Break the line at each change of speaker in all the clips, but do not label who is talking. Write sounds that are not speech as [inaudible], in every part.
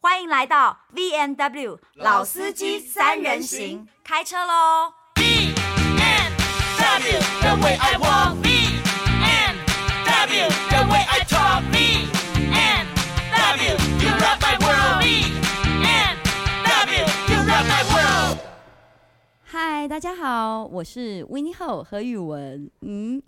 欢迎来到 V N W 老司机三人行，开车喽！
BMW, the way I walk. BMW, the way I talk. BMW, you rock my world. BMW, you rock my world.
嗨，大家好，我是 Winnie Ho 何宇文，嗯，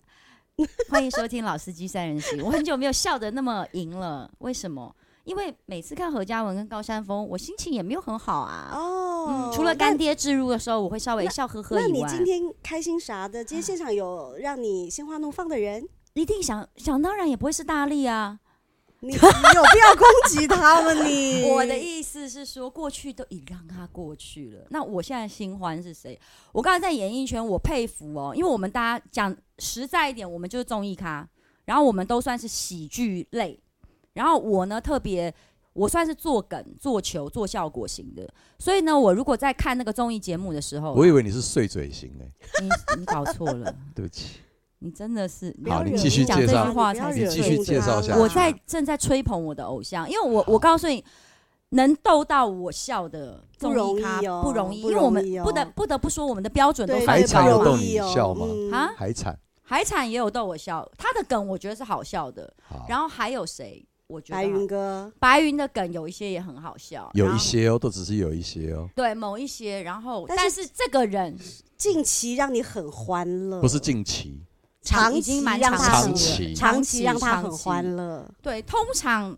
欢迎收听《老司机三人行》。我很久没有笑得那么赢了，为什么？因为每次看何嘉文跟高山峰，我心情也没有很好啊。
哦、
嗯，除了干爹置入的时候，我会稍微
那
笑呵呵
那
以
你
外，
今天开心啥的？今天现场有让你心花怒放的人，
一定想想当然也不会是大力啊。
[laughs] 你你有必要攻击他吗？你
我的意思是说，过去都已让它过去了。那我现在新欢是谁？我刚才在演艺圈，我佩服哦，因为我们大家讲实在一点，我们就是综艺咖，然后我们都算是喜剧类，然后我呢特别。我算是做梗、做球、做效果型的，所以呢，我如果在看那个综艺节目的时候，
我以为你是碎嘴型哎、
你你搞错了，
对不起，
你真的是
不要
好你
惹
继续
怒他
介绍
你不
话
要
才
你
惹啊
继续
怒
介
他
绍下
啦
去
我在正在吹捧我的偶像，因为我我告诉你，能逗到我笑的综艺
不容
咖
易哦
不容易，
不
因为我们
容易哦
不得不得不说我们的标准都
对
算
海产
高
有
嘛
逗你
哦
笑吗
嗯
啊，
海产
海产也有逗我笑，他的梗我觉得是好笑的，
好，
然后还有谁？我觉得
白云哥，
白云的梗有一些也很好笑，
有
然
一
后
些哦，都只是有一些哦，
对某一些，然后
但
但
是
是这个人
近期让你很欢
嗯
乐，
不是近期，
长
已经蛮
期让他
长
长
期
期
了
期
长期让他很
长期
欢乐，
对，通常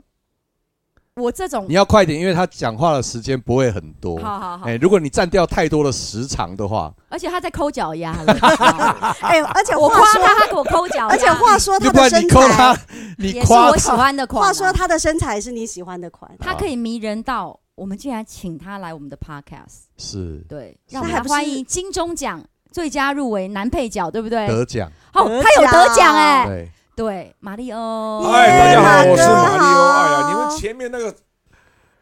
我这种
你要快点，因为他讲话的时间不会很多。
好好好
哎、，如果你占掉太多的时长的话，
而且他在抠脚丫了，你知道
[laughs]
吗
[laughs] 哎，而且
我
话
夸
说，
他，他给我抠脚丫，
而且话说他
要不
的
然
身
你抠
材，
他，你
啊也是
夸
我喜
他，
欢的款啊、
话说他的身材是你喜欢的款，
他可以迷人到我们竟然请他来我们的 podcast，
是
对，
是
让我
那还不
们
是
欢迎金钟奖最佳入围男配角，对不对？
得奖。
哦，
得
他有得奖
奖
哎、
对，
对，马里
耶
欧，
嗨，哎大家
马
好，我是
哥
马里欧。哎呀，
好
你们前面那个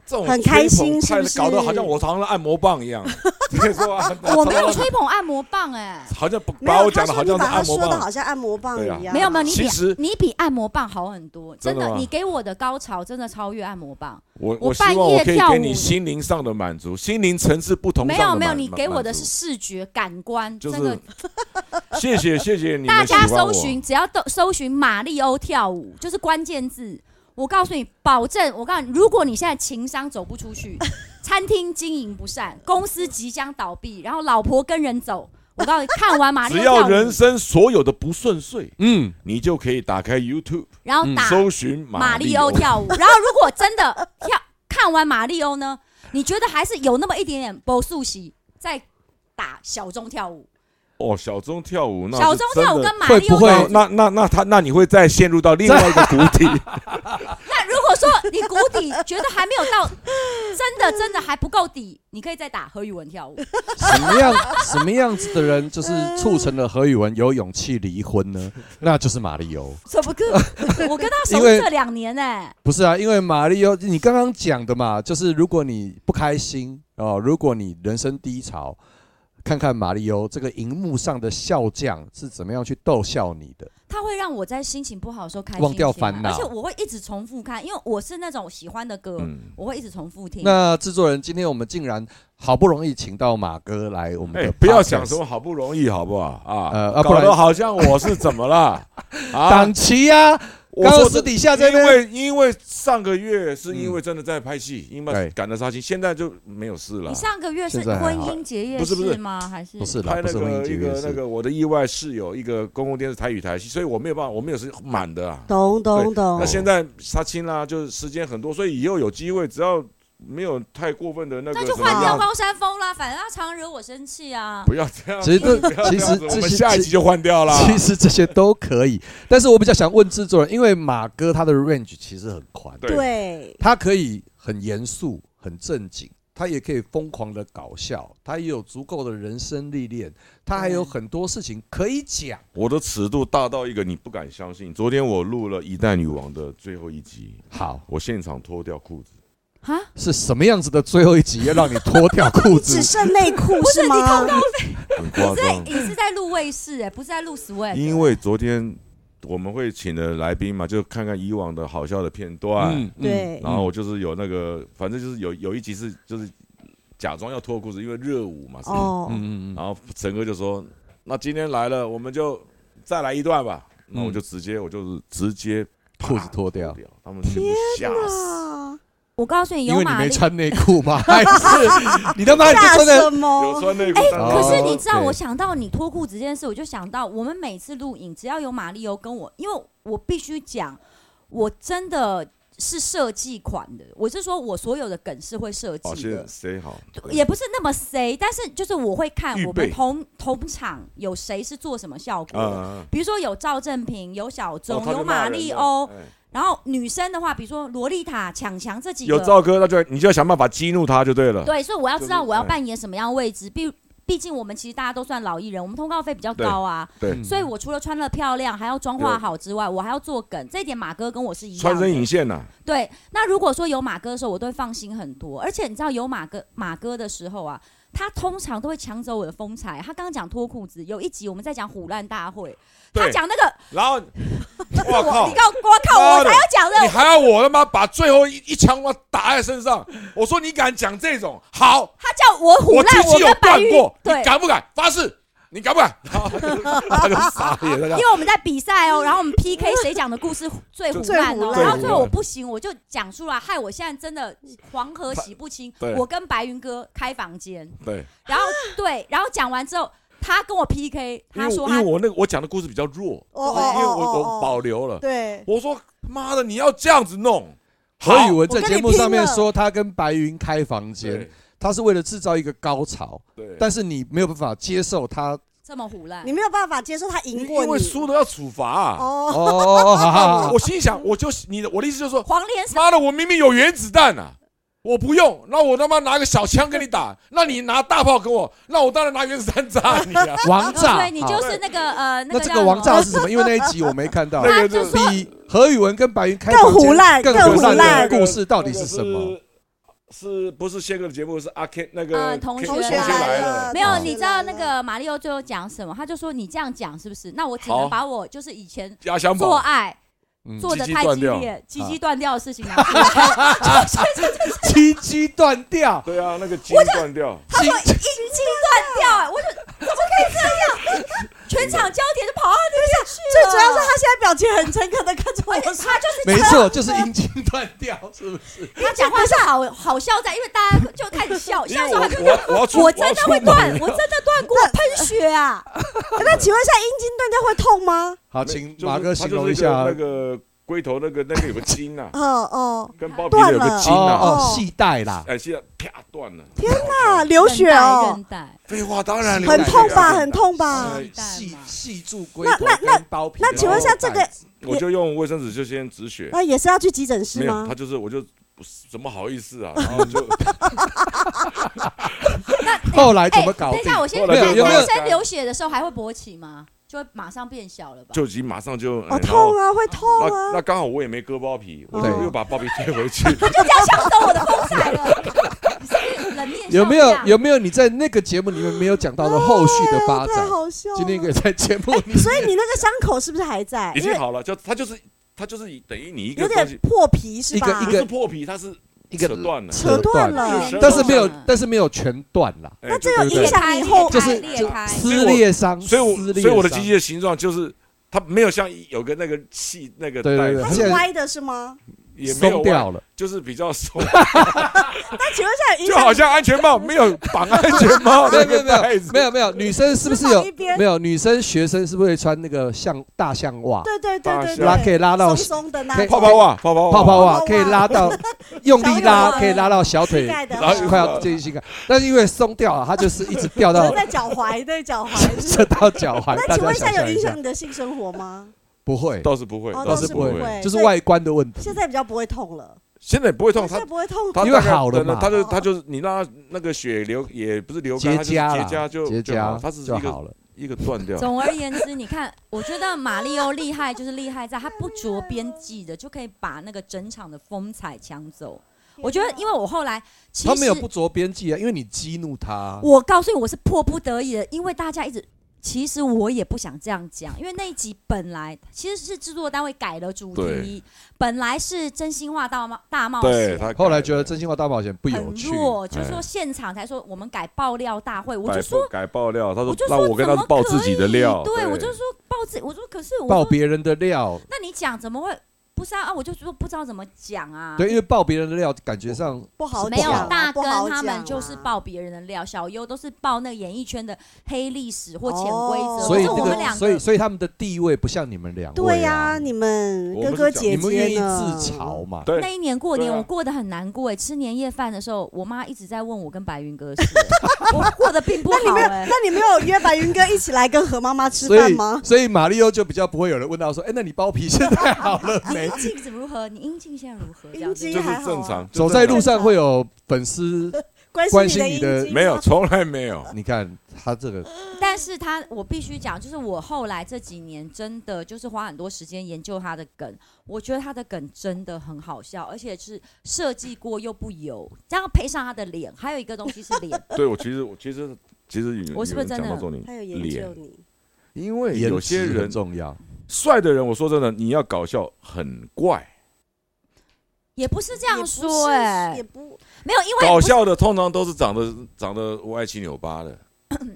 这种
很开心
吹捧派
是不
的
是
搞得好像我常常的按摩棒
[laughs]
一样。对说啊
我没有吹捧按摩棒哎、
好像不
没
把
有
我
他
讲的
说
好
你
像是
把他
按摩
说的
棒
好，像按摩棒
对啊
一样，
没有没有，你比
其实
你比按摩棒好很多，真
真的
的，
吗
你给我的高潮真的超越按摩棒。
我
我
我希
半
望
夜
我可以
跳舞
给你心灵上的满足，心灵层次不同
没
上的
有
满
没有，你给我的
满
是
足
视觉感官，
就
真的
是。谢谢谢谢你们
大家
喜欢
搜
我
寻，只要搜搜寻马里欧跳舞，就是关键字。我告诉你，保证！我告诉你，如果你现在情商走不出
[laughs]
去，餐厅经营不善，公司即将倒闭，然后老婆跟人走，我告诉你，看完马里
只
欧跳
要人
舞，
生所有的不顺遂，
嗯，
你就可以打开 YouTube
然后哦打
嗯搜寻
马
里
里欧跳舞，然后如果真的跳看完马里欧呢，你觉得还是有那么一点点不速席，再打小钟跳舞，
哦，小钟跳舞那
小
是
钟
真
跳舞
的
跟马里欧
会不
跳
会
舞
那那那那他那你会再陷入到另外一个谷
[laughs]
底。
那如果说你谷底觉得还没有到，真的真的还不够底，你可以再打何宇
[laughs]
文跳舞。
什么样什么样子的人，就是促成了何宇文有勇气离婚
[laughs]
呢？那就是马里欧。
怎么跟我跟他熟
因为
这两年呢、
不是啊，因为马里奥，你刚刚讲的嘛，就是如果你不开心哦，如果你人生低潮，看看马里欧这个荧幕上的笑匠是怎么样去逗笑你的。
他会让我在心情不好的时候开心
忘掉
一些嘛
烦恼
而且我会一直重复看，因为我是那种喜欢的歌，
嗯
我会一直重复听。
那制作人，今天我们竟然好不容易请到马哥来我们
哎、
的 podcast，
不要想什么好不容易，好不好啊？
呃啊不
搞
然
得好像我是
[laughs]
怎么了啊
档？期啊，
我
刚
说
刚
的
私底下这
因
边
为因为上个月是因为真的在拍戏，因为
对
赶得杀青，现在就没有事了
你。上个月是
现在还好
婚姻结业
不是不是
式吗？还是
不是啦，
拍
不
那
是婚姻
个
节
一
约
个那
[laughs] 是。
个我的意外室友，一个公共电视台语台戏，所以我没有办法，我们也是满的啊。
懂懂
哦
懂
那，现在杀青啦，就是时间很多，所以以后有机会，只要没有太过分的那个
那
什么
就
样，
换掉
样
高山峰啦，反正他常惹我生气啊。
[laughs] 不要这样
其
子。
实
不要
这
这
其
样
实
子我
这
们
些
下一集就换掉啦。
其实这些都可以，但是我比较想问制作人，因为马哥他的 range 其实很宽，
对
对，
他可以很严肃、很正经，他也可以疯狂的搞笑，他也有足够的人生历练，他还有很多事情可以讲。
我的尺度大到一个你不敢相信。昨天我录了《一代女王》的最后一集，
好，
我现场脱掉裤子，
啊，
是什么样子的最后一集要让你脱掉裤
[laughs]
子
只？剩内裤
是
是
你
吗？
很夸张。
欸你是在录卫视哎、不是在录 Sweat。
因为昨天我们会请的来宾嘛，就看看以往的好笑的片段，
嗯，嗯
对
然后我就是有那个，反正就是有有一集是就是假装要脱裤子，因为热舞嘛，是
哦，
嗯嗯嗯，
然后陈哥就说：“那今天来了，我们就再来一段吧。”那我
嗯
就直接，我就是直接
裤子脱掉，
他们全部吓死。
啊，
我告诉你，
因
有
为你
玛
没
丽，
穿内裤吧？还是你他
哎
妈
吓
你就穿
什
的？
有
么？
穿内裤，但
哎可是你
哦
知道，
对
我想到你脱裤子这件事，我就想到我们每次录影，只要有马里欧跟我，因为我必须讲，我真的是设计款的，我是说我所有的梗是会设
哦，
计的
先。谁好？
也不是那么谁，但是就是我会看
预
我
备
们同同场有谁是做什么效果
啊
的
啊，啊
比如说有赵正平、有小钟、
哦他
有
就
马
骂人
丽
了
欧，
哎
然后女生的话，比如说洛丽塔、强强这几个，
有赵哥，那就你就要想办法激怒他就对了。
对，所以我要
就
知道
是
我要
哎
扮演什么样的位置，毕毕竟我们其实大家都算老艺人，我们通告费比较
对
高啊，
对，
所以我除了穿的漂亮，还要妆化好之外，我还要做梗，这一点马哥跟我是一
穿
样的
针。引线呐，
对，那如果说有马哥的时候，我都会放心很多。而且你知道有马哥马哥的时候啊，他通常都会抢走我的风采。他刚刚讲脱裤子，有一集我们在讲虎烂大会，他
对，
讲那个 [laughs]
然后我
我，
靠
你，告我靠，
妈
我
的
才要讲
你
的，
还要我他妈把最后一一枪我打在身上？我说你敢讲这种，好，
他叫我虎
我
烂，
自
我
己有
跟白
断
玉
过，你
对。
敢不敢发誓？你敢
[laughs]
不敢？然后他就傻眼，那
因
个
为我们在比赛哦，然后我们 PK 谁讲的故事最胡乱
最胡
哦，
乱
然后最后我不行，我就讲出来，害我现在真的黄河洗不清
对。
我跟白云哥开房间，
对，
然后对，然后讲完之后，他跟我 PK，
因
他
为
说
我因
他
为我那个我讲的故事比较弱，
哦
因为
哦哦
我
哦
我保留了。
对，
我说妈的，你要这样子弄，好
何以文在
我跟你
节目上面
拼了
说他跟白云开房间，他是为了制造一个高潮，
对对，
但是你没有办法接受他。
这么胡乱
你。没有办法接受他赢
因
过
因为
你，
输的要处罚啊。
哦
哦，
哦，哦好好好，
我心想，我就你的我的意思就是说，
黄连
妈的，我明明有原子弹啊，我不用，那我他妈拿个小枪跟
[laughs]
你打，那你拿大炮跟我，那我当然拿原子弹
[laughs]
炸你啊。
王炸。
对你
好
就是那个呃那
那
个
这
叫
个
什
王
么？
炸是什么？因为那一集我没看到。
那
他
个
就
就
说
比何宇文跟白云开
更
房间
胡乱
更
更
胡
胡
乱
烂
的故事到底是什么？？
是不是宪哥的节目是阿 K 那
呃
个
同学
同
同
学
学
来
来
了，
了？
没有，
哦
你知道那个马里奥最后讲什么？他就说你这样讲是不是？那我只
好
能把我就是以前
压箱
做
宝，
爱
嗯
做的
鸡鸡
太
断
激
掉
烈，鸡
啊
鸡断掉的事情拿出来。
鸡鸡断掉，
对啊，那个筋断掉。
鸡 [laughs]
引经断掉、哎，我就怎么可以这样？ [laughs] 全场焦点就跑到那边去
最
了。
主要是他现在表情很诚恳的看着我
而且
说，
哎他就是
没错，就是阴茎断掉，是不是？
他讲话是好好笑在，因为大家就开始笑，
因
笑
为
的时
我
哎
候他就
我我要出
我真的会断，
我
我真的断过，喷血
[laughs]
啊！
哎那请问一下，阴茎断掉会痛吗？，
好，
要出
请
就是
马哥
它
形
就是
容一
个
下哦
那个龟头那个那个有个筋呐
[laughs] 哦哦，
跟包皮
断
的有个
了
筋呐，
哦，系带啦，
哎，现在啪断了。
天哪，流血哦
韧，带，
废话，当然
很痛吧，
韧带
很痛吧？
系带
系
嘛
系住龟头
那那
跟包皮。
那请问一下，这个
我就用卫生纸就先止血，
啊那也是要去急诊室
没有，
吗
他？就是我就不是怎么好意思
[laughs]
啊，然
哦
后就
后来 [laughs] 怎么搞
哎等一
定
下，？我先
后来
就有没有
男生流血的时候还会勃起吗？就会马上变小了吧？
就已经马上就哎
哦，
然后
痛啊，会痛
那
啊
那！刚好我也没割包皮，我
对
就又把包皮推
[laughs]
回去。
就这样抢走我的风采了。你是不是冷面笑匠
有没有有没有你在那个节目里面没有讲到的后续的发
太
展？
好笑了。
今天可以在节目里，
所以你那个伤口是不是还在？
已
因
经
为
好了，就他就是他就是等于你一
有
个东
点
西
破皮是吧？
一
不
个
是破皮，它是
一个
扯断了，
扯断了
就，是
但是没有，但是没有全断啦，
哎
那这
就
个
对不对
影响你后
裂
就是
开裂开，
撕裂伤，
所以我
撕裂
所以我的
伤
机器的形状就是它没有像有个那个气那个
对对对
它
带
它
是歪的是吗？
也没有
松掉
弯，
了，
就是比
[laughs]
较松，
那请问一下，
就好像安全帽没有绑安全
[laughs]
帽
没有没有
那 [laughs] 个
没有
带子，
没有没有，女生是不是
只
有
绑一边
没有女生学生是不是会穿那个像大象袜，
对对对
大
对
象
拉可
对，
以拉到
松松的那
可以
泡泡袜泡泡
泡泡袜，
泡泡袜
可以拉到 [laughs] 用力拉，可以拉到小
膝
腿
盖的，
然后
嗯
快要接近膝盖，但是因为松掉了，它就是一直掉到
[laughs]
[laughs]
折在脚踝，对脚踝。是
扯到脚踝。
那
大
请
家
问一下，
想
有
象一
影
下
响，你的性生活吗？
不会，
倒是不会，
哦
倒
倒
是
不
不会
会，
就是
所以
外观的问题。
现在比较不会痛了，
现在也不会痛，
现
它
在不会痛。
它
因为
大概
好了
对对
嘛
它就
哦
它就是你让它那个血流也不是流
结
干，它就是
痂
结痂
啦，
就
结
就好
痂，
它只是
就
一
好
个
了。
一个断掉，
总而言之，你看， [laughs] 我觉得马里奥厉害就是厉害在他不着边际的就可以把那个整场的风采抢走。
啊
我觉得，因为我后来其
他没有
实
不着边际啊，因为你激怒他。
我告诉你，我是迫不得已的，因为大家一直其实我也不想这样讲，因为那一集本来其实是制作单位改了主题
对，
本来是真心话大冒大冒
对
险，
他
后来觉得真心话大冒险不有
很
趣，
弱，就
哎
说现场才说我们改爆料大会，我
改
就说，
改爆料，他说
我就
让
说
我跟他
怎么
爆
可
自己的
以
料，
对我就说爆自，我说可是我
爆
说
别人的料，
啊
那你讲怎么会不是啊？啊我就说不知道怎么讲啊。
对，因为爆别人的料感觉上
不好
没有
讲啊
大
不
根
好
他
讲
们就是
啊
爆别人的料，小优都是爆那个演艺圈的黑历史或潜规
哦
则，
所以
可是
那
我们
个，
两
所以
个
所以他们的地位不像你们两位、
对啊呀、你们嗯
我
哥
们
哥
是讲
姐
啊你们愿意
姐呢？
自嘲嘛？
对
那一年过年
对啊
我过得很难过哎，吃年夜饭的时候，我妈一直在问我跟白云哥是， [laughs] 我过得并不
那你
好
没有，
[laughs]
哎
那。你没有约白云哥一起来跟何妈妈吃
所
饭
以
吗？
所以马里奥就比较不会有人问到说，哎、那你包皮现在好
[laughs]
了没
你？阴茎怎么如何？你阴茎现在如何？这样子
阴
就
茎
是
还好啊
正常，就
走在
正常
路上会有粉丝，
关
关
心
心
你
你的
阴茎
[laughs] 没
[laughs]
有，
吗
从来没有。
你看他这个
但是他，我必须讲，就是我后来这几年真的就是花很多时间研究他的梗，我觉得他的梗真的很好笑，而且是设计过又不油，这样配上他的脸，还有一个东西是脸，
对我其实我其实其实有
我是不是
有人
真的
讲到重点？
他有研究你，
因为
颜
哎有些
值很
人
重要，
帅的人，我说真的，你要搞笑很怪，
也不是这
也
样
不
说
是
哎、
也不
没有，因为
搞
不是
笑的通常都是长得长得歪七扭八
[laughs]
的，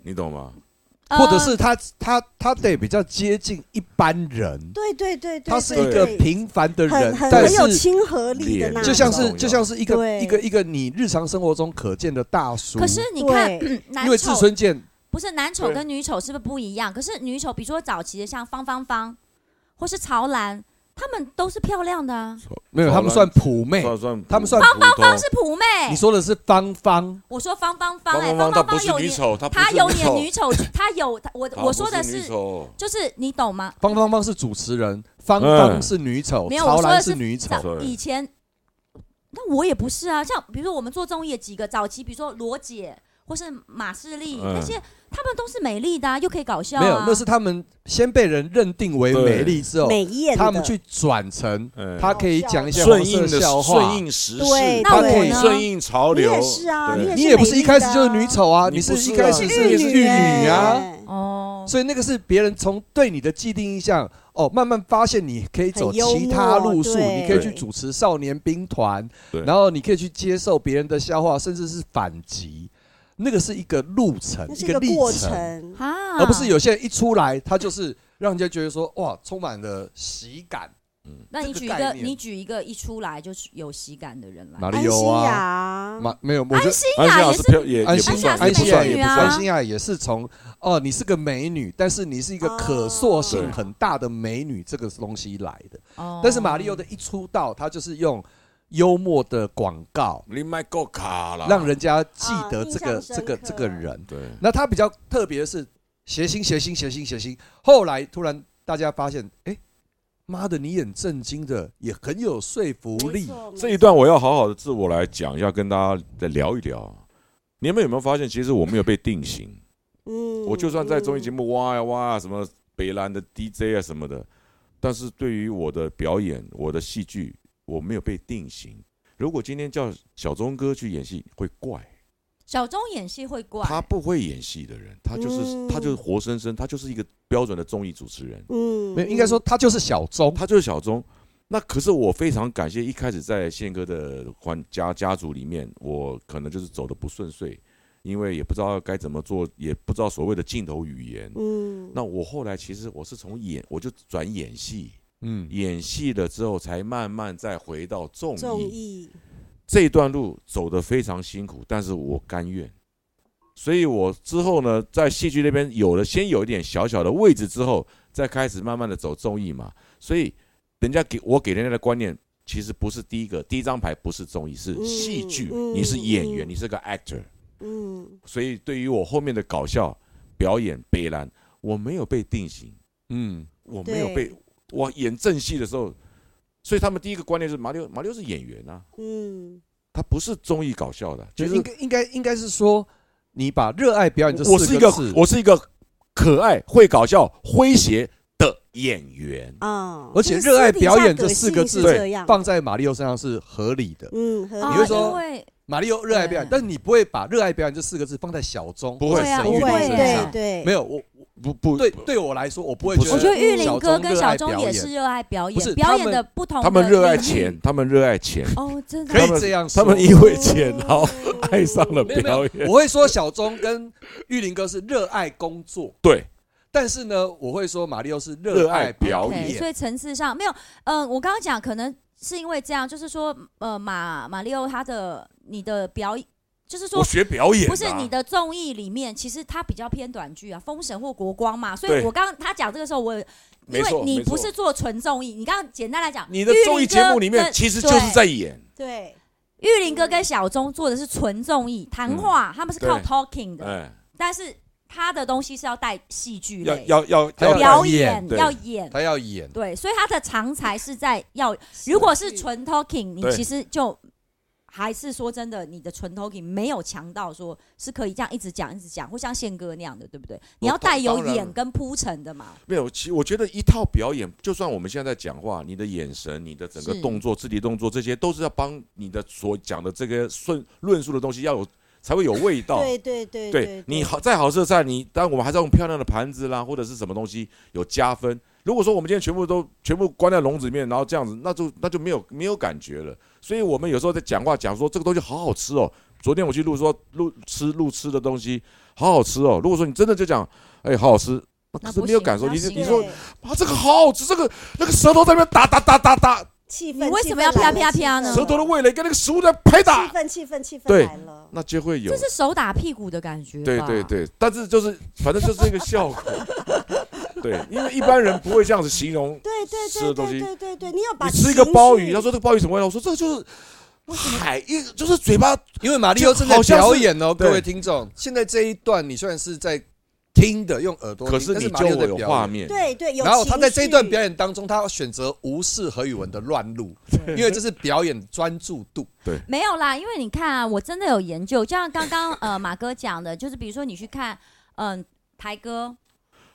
你懂吗？
嗯
或者
呃
是他他他得比较接近一般人，
对对对对，
他是一个
对
平凡的人
很，很
但
很有
是
亲和力的那种，
脸
就像是
很
就像是一个
对
一个一个你日常生活中可见的大叔，
可是你看
对，
男
因为
丑
志村健
不是男丑
对
跟女丑是不是不一样？可是女丑，比如说早期的像方芳芳，或是曹兰，她们都是漂亮的啊，
没有，
好
他们
了
算普妹，
算算
他们算
普通
她。是普妹。
你说的是芳芳，
我说方芳芳
方
哎，
方方，她
芳
不
芳
是
有
女
点
丑，她不
他
是
有演女
丑，
丑，他有他我
她
我说的
不是女
是，
丑，
就是你懂吗？
方芳芳是主持人，芳
嗯
芳是女丑，
没有我
曹
说的
兰
是
是女丑
像，
Sorry
以前，那我也不是啊。像比如说我们做综艺的几个早期，比如说罗姐或是马世丽、
嗯
那些，他们都是美丽的、啊，又可以搞笑、啊。
没有，那是他们先被人认定为
对
美丽之后，
美艳的，
他们去转成，
嗯
他可以讲一些黄
顺应
色
的
笑话
顺。应时势，
对，
那
他
我
可以
呢？
顺应潮
你
流。
也是啊，
对
你
你也不是一开始就是
美丽
女
的啊
丑啊，
你
你
不是
是
啊
一开始是
玉
玉女啊，
哎
哦，
所以那个是别人从对你的既定印象哦，慢慢发现你可以走
很幽默
其他路数，
对
你可以去主持少年兵团
对，
然后你可以去接受别人的笑话，甚至是反击，那个是一个路程，
那是
一
一个
历
过
程，
程，
啊，
而不是有些人一出来，他就是让人家觉得说哇，充满了喜感，
那你
这个
举一
概
个，
念
你举一个一出来就是有喜感的人来。
哪
安
里
心
有啊？
雅，
嘛，没有，我
安
就
心
安
雅也是
心雅是漂也也
安
不
心
心雅
算，
安
也不
心
是
亚
算，
也
美女
不
啊
算，安心亚也是从哦，你是个美女，但是你是一个可塑性
哦
很大的美女这个东西来的。
哦
但是马里奥的一出道，他就是用幽默的广告，
你卖够卡了，
让人家记得
啊
这个
印象深
这个
刻
这个人。
对
那他比较特别的是谐星谐星谐星谐星，后来突然大家发现，哎，妈的，你演正经的也很有说服力。
这一段我要好好的自我来讲一下，跟大家再聊一聊。你们有没有发现，其实我没有被定型？
嗯
我就算在综艺节
目，
目挖呀挖啊，什么北兰的 DJ 啊什么的，但是对于我的表演、我的戏剧，我没有被定型。如果今天叫小钟哥去演戏，会怪
小钟演戏会怪，
他不会演戏的人，他就是、
嗯
他就是活生生，他就是一个标准的综艺主持人，
嗯
没有，应该说他就是小钟，
他就是小钟。那可是我非常感谢，一开始在宪哥的环家家族里面，我可能就是走的不顺遂，因为也不知道该怎么做，也不知道所谓的镜头语言，
嗯，
那我后来其实我是从演，我就转演戏，
嗯，
演戏了之后才慢慢再回到综
综
艺。
艺
这一段路走得非常辛苦，但是我甘愿。所以我之后呢，在戏剧那边有了先有一点小小的位置之后，再开始慢慢的走综艺嘛。所以人家给我给人家的观念，其实不是第一个第一张牌不是综艺，是
嗯
戏剧。
嗯
你是演员，
嗯
你是个 actor。
嗯，
所以对于我后面的搞笑表演、北兰，我没有被定型。
嗯，
我没有
对
被我演正戏的时候，所以他们第一个观念是马六马六是演员啊，
嗯
他不是综艺搞笑的，
就
就是
应该应该应该是说，你把热爱表演这
我是
四
一个
字，
我是一个可爱、会搞笑、诙谐的演员。
啊，
而且
就是
热爱
私底
表
下
演这
个
四个
性是
字
这样
放在马里奥身上是合理的。
嗯，合
啊
你会
理
说
因为
马里奥热爱表演，
对
但你不会把“热爱表演”这四个字放在小钟
不会
对啊
神
不
韵
会
律
耶
身
对
上，
对
没有我
不不
对对我来说，我不会
不
觉
是
我觉得玉林哥跟
小
小
钟
钟
热爱
也
表
是
演，
热爱表
不是
演，表演
他们
的不同的
他们热爱
领域
钱，他们热爱钱，
哦，真的
可
他
以
们
这样说。
[laughs] 他们因为钱然后爱上了
没有没
表
有
演。，
我会说小钟跟玉林哥是热爱工作，
[laughs] 对，
但是呢，我会说马里奥是
热
热
爱
爱表
表
OK，
演。
所以层次上没有，嗯、我刚刚讲可能是因为这样，就是说，呃，马马里奥他的你的表演，就是说
我。学表演、啊，
不是你的综艺里面，其实它比较偏短剧啊，《封神》或《国光》嘛，所
对
以我刚刚他讲这个时候，我有
没
因
错，
为你
没错
不是做纯综艺，你刚刚简单来讲，
你的综艺节目里面其实就是在演，
对，
玉林哥跟小钟做的是纯综艺谈话，他们是靠
嗯对
talking 的，
哎，
但是他的东西是要带戏剧
要
类，
要要
还有
表
演
演，
对
要演，
他要演，
对，所以他的长才是在要，如果是纯 talking，你
对
其实就还是说真的，你的纯 talking 没有强到说是可以这样一直讲一直讲，或像宪哥那样的，对
哦
不对？你要带有
当然
演跟铺陈的嘛。
没有，其我觉得一套表演，就算我们现在在讲话，你的眼神、你的整个
是
动作、肢体动作，这些都是要帮你的所讲的这个顺论述的东西要有，才会有味道。
对对对
对你好，再好吃的菜，你当然我们还是要用漂亮的盘子啦，或者是什么东西有加分。如果说我们今天全部都全部关在笼子里面，然后这样子，那就那就没有没有感觉了。所以我们有时候在讲话讲说这个东西好好吃哦。昨天我去录说录吃录吃的东西好好吃哦。如果说你真的就讲哎好好吃，那可
那
是
不
没有
行
感受。
那
你
是
你
因
说
对
啊这个好好吃，这个那个舌头在那边打打打打打，
气
你
氛，
为
气
什么
氛
要
来
啪
了
啪
气
啪
氛
呢
舌头的味蕾跟那个食物在拍打
气，氛气氛气
对
氛来了，
那就会有
嗯这。是手打屁股的感觉吧。
对对对，但是就是反正就是一个效
[laughs]
果。对，因为一般人不会这样子形容。
对对
吃的
对
东西
对对对对，你要把
你吃一个鲍
情
鱼，
绪
他说这个鲍鱼什么味道？我说这个就是海，一就是嘴巴
因为马里奥正在
好像是
表演哦，
对
各位听众。现在这一段你虽然是在听的，用耳朵听，
可是
但
你
马里
就
奥在
会有
表
画
演。
面。
对对，有
然后他在这一段表
演，
演当中，他选择无视何宇文的乱录，
对
因为这是表演专注度。
没有啦，因为你看啊，我真的有研究，就像刚
[laughs]
刚呃马哥讲的，就是比如说你去看嗯、台哥，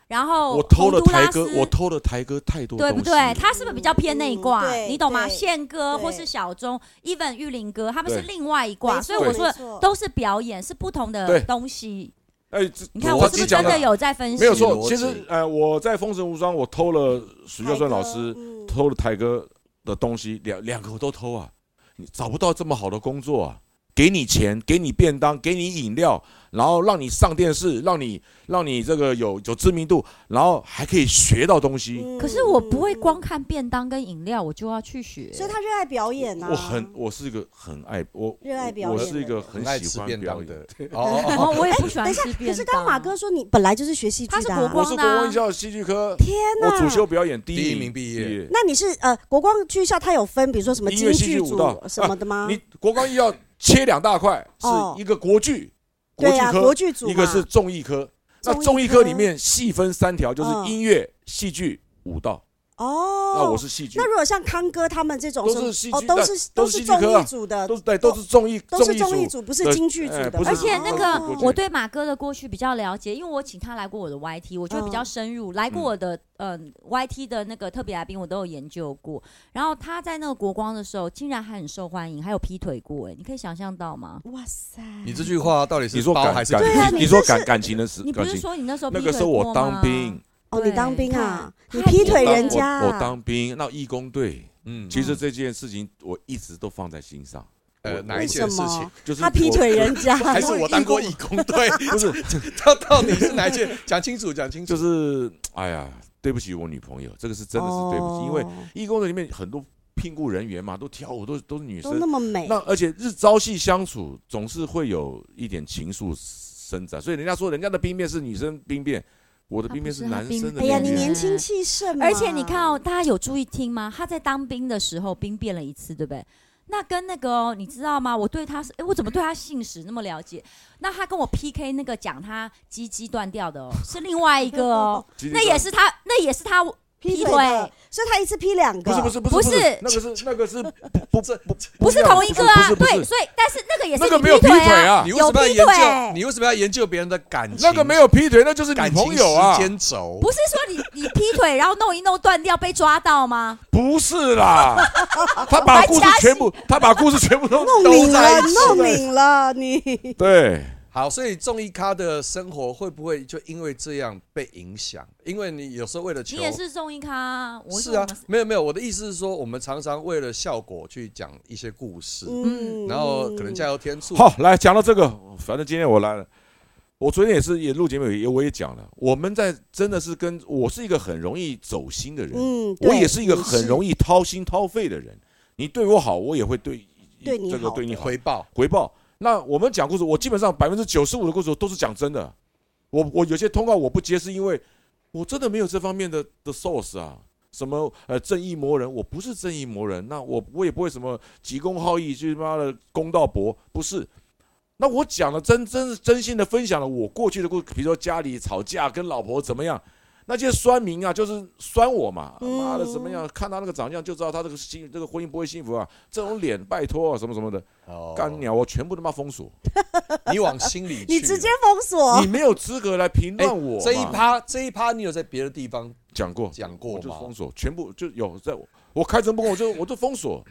然后
我偷了
哦洪都拉
台哥，
斯
我偷了台哥太多东
对
西
不对？
了。
他是不是比较偏那一
嗯
挂？
对
你懂吗？
对
宪哥
对
或是小钟，even 玉林哥，他们是
对
另外一挂，
没
所以
错
我
没
说的
错
都是表演，是不同
对
的东西。
哎，这
你看
逻
我是不
辑
是
讲
真的
得
有在分析？
没有
逻
错？
辑
其实呃，我在《封神无双》，我偷了许
海
秀顺
哥
老师
嗯
偷了台哥的东西，两两个我都偷啊！你找不到这么好的工作啊！给你钱，给你便当，给你饮料，然后让你上电视，让你让你这个有有知名度，然后还可以学到东西。
嗯
可是我不会
嗯
光看便当跟饮料，我就要去学。
所以他热爱表演啊，
我很，我是一个很爱我
热爱表
我
演
是一
的
个
人
很
爱
喜
吃
欢
便
表
当
演
的。哦哦
哦， [laughs] 我也不喜
哎等
欢
一下
吃，
可
便
是
当。
刚刚马哥说你本来就是学戏剧
他是
的、
国
啊，
我
光
是
的
国
啊
光艺校戏剧科，
天
我
哪！
主修表演第
第一
一
名毕业
业。
那你是呃国光剧校，它有分比如说什么
音
京
乐戏剧
剧
舞
组
蹈啊
什么的吗？
你国光艺校切两大块，是
哦
一个国剧，国
对
剧
啊，
科，
国剧组
一个
嘛
是综艺科。那
综艺
综艺
科
科里面细分三条，就是
嗯
音乐、戏剧、舞蹈。
哦，
那我是戏剧
那，如果像康哥他们这种
都
什
是
么
戏
哦
剧，
都
但
是
都
都
是戏
是
剧科
综
啊
艺组的，
都是对，都是综艺，
都是
综
综
艺
艺
组。
组，不
对
是京剧组
哎
的
不
嘛。
是
而且
哦
那
哦
个
哦，
我对马哥的过去比较了解，因为我请他来过我的 YT，我就会比
嗯
较深入。来过我的嗯、YT 的那个特别来宾，我都有研究过。然后他在那个国光的时候，竟然还很受欢迎，还有劈腿过，哎，你可以想象到吗？
哇塞，
你这句话到底
你
是
说
包
感
还是
感
对啊
情，
你
说
这
感
是
感情的事，
你不
感
是
情。
说你那时候
那
劈
个
腿
时候我
过
当
吗？
兵，
哦，你当兵啊，你
对你看
劈腿
我当
人家
我我
啊，
当兵，那义工队，
嗯，
其实这件事情我一直都放在心上。
呃
我
哪
为
一
什
件事情
么？
就是
他劈
我
腿人
[laughs]
家，
还是我当过
[laughs]
义工队？不是，到到底是哪一件？讲清楚，讲清楚
就。是哎呀，对不起我女朋友，这个是真的是对不起，因为
哦
义工队里面很多聘雇人员嘛，都跳舞，都都是女
都那
生，
么美
那，而且日朝夕相处，总是会有一点情愫生长，所以人家说人家的兵变是女生兵变，我的
啊
兵
不
变
是
是
他
男
兵
生的
哎呀，
兵
你
对
变。
年轻气盛啊嘛，
而且你看哦，大家有注意听吗？他在当兵的时候兵变了一次，对不对？那跟那个哦，你知道吗？我对他是，哎，我怎么对他姓史那么了解？那他跟我 PK 那个讲他鸡鸡断掉的哦，是另外一个哦，
[laughs] 其实
那也是他，那也是他劈
劈
腿
的，所以他一次劈两
不
个。
是不是不是
不
是
是，
那个是 [laughs] 那个是不不
不是同一个啊，
不是不是
对，所以但是那个也是
那个
你
没有劈
腿
腿啊
你为什么要研
有劈腿
究？你为什么要研究别人的感情？
那个没有劈腿，那就是女
感情
朋友啊
时，间轴，
不是说你你劈腿然后弄一弄断掉被抓到吗？
不是啦，他把故事全部他把故事全部都
弄
都
拧
在
了
一起，
弄拧了，你
对。
好，所以综艺咖的生活会不会就因为这样被影响？因为你有时候为了
[laughs] 你
求，
也是综艺咖啊，我
是
说
啊
我们，
没有没有，我的意思是说，我们常常为了效果去讲一些故事，
嗯，
然后可能加油添醋。
好，来讲到这个，反正今天我来了，我昨天也是也录节目也我也讲了，我们在真的是跟我是一个很容易走心的人，
嗯，
我
对
也是一个
你
很容易掏心掏肺的人，你对我好，我也会对
对你
这个
好
对你好
回
[laughs]
报
回报。那我们讲故事，我基本上百分之九十五的故事我都是讲真的，我我有些通告我不接是因为我真的没有这方面的的 source 啊。什么呃正义魔人，我不是正义魔人，那我我也不会什么急公好义去妈的公道博，不是。那我讲了真真真心的分享了我过去的故，比如说家里吵架跟老婆怎么样，那些酸民啊就是酸我嘛，
嗯
妈的怎么样，看他那个长相就知道他这个幸这个婚姻不会幸福啊，这种脸拜托、啊、什么什么的，
哦
干鸟我全部他妈封锁，
啊你往心里去，
你直接封锁
你，没有资格来评
哎
论我嘛。
这一趴，这一趴你有在别的地方
讲过，
讲
我
过
就封
吗？
锁，全部就有在我我开诚布公，我就我就封锁。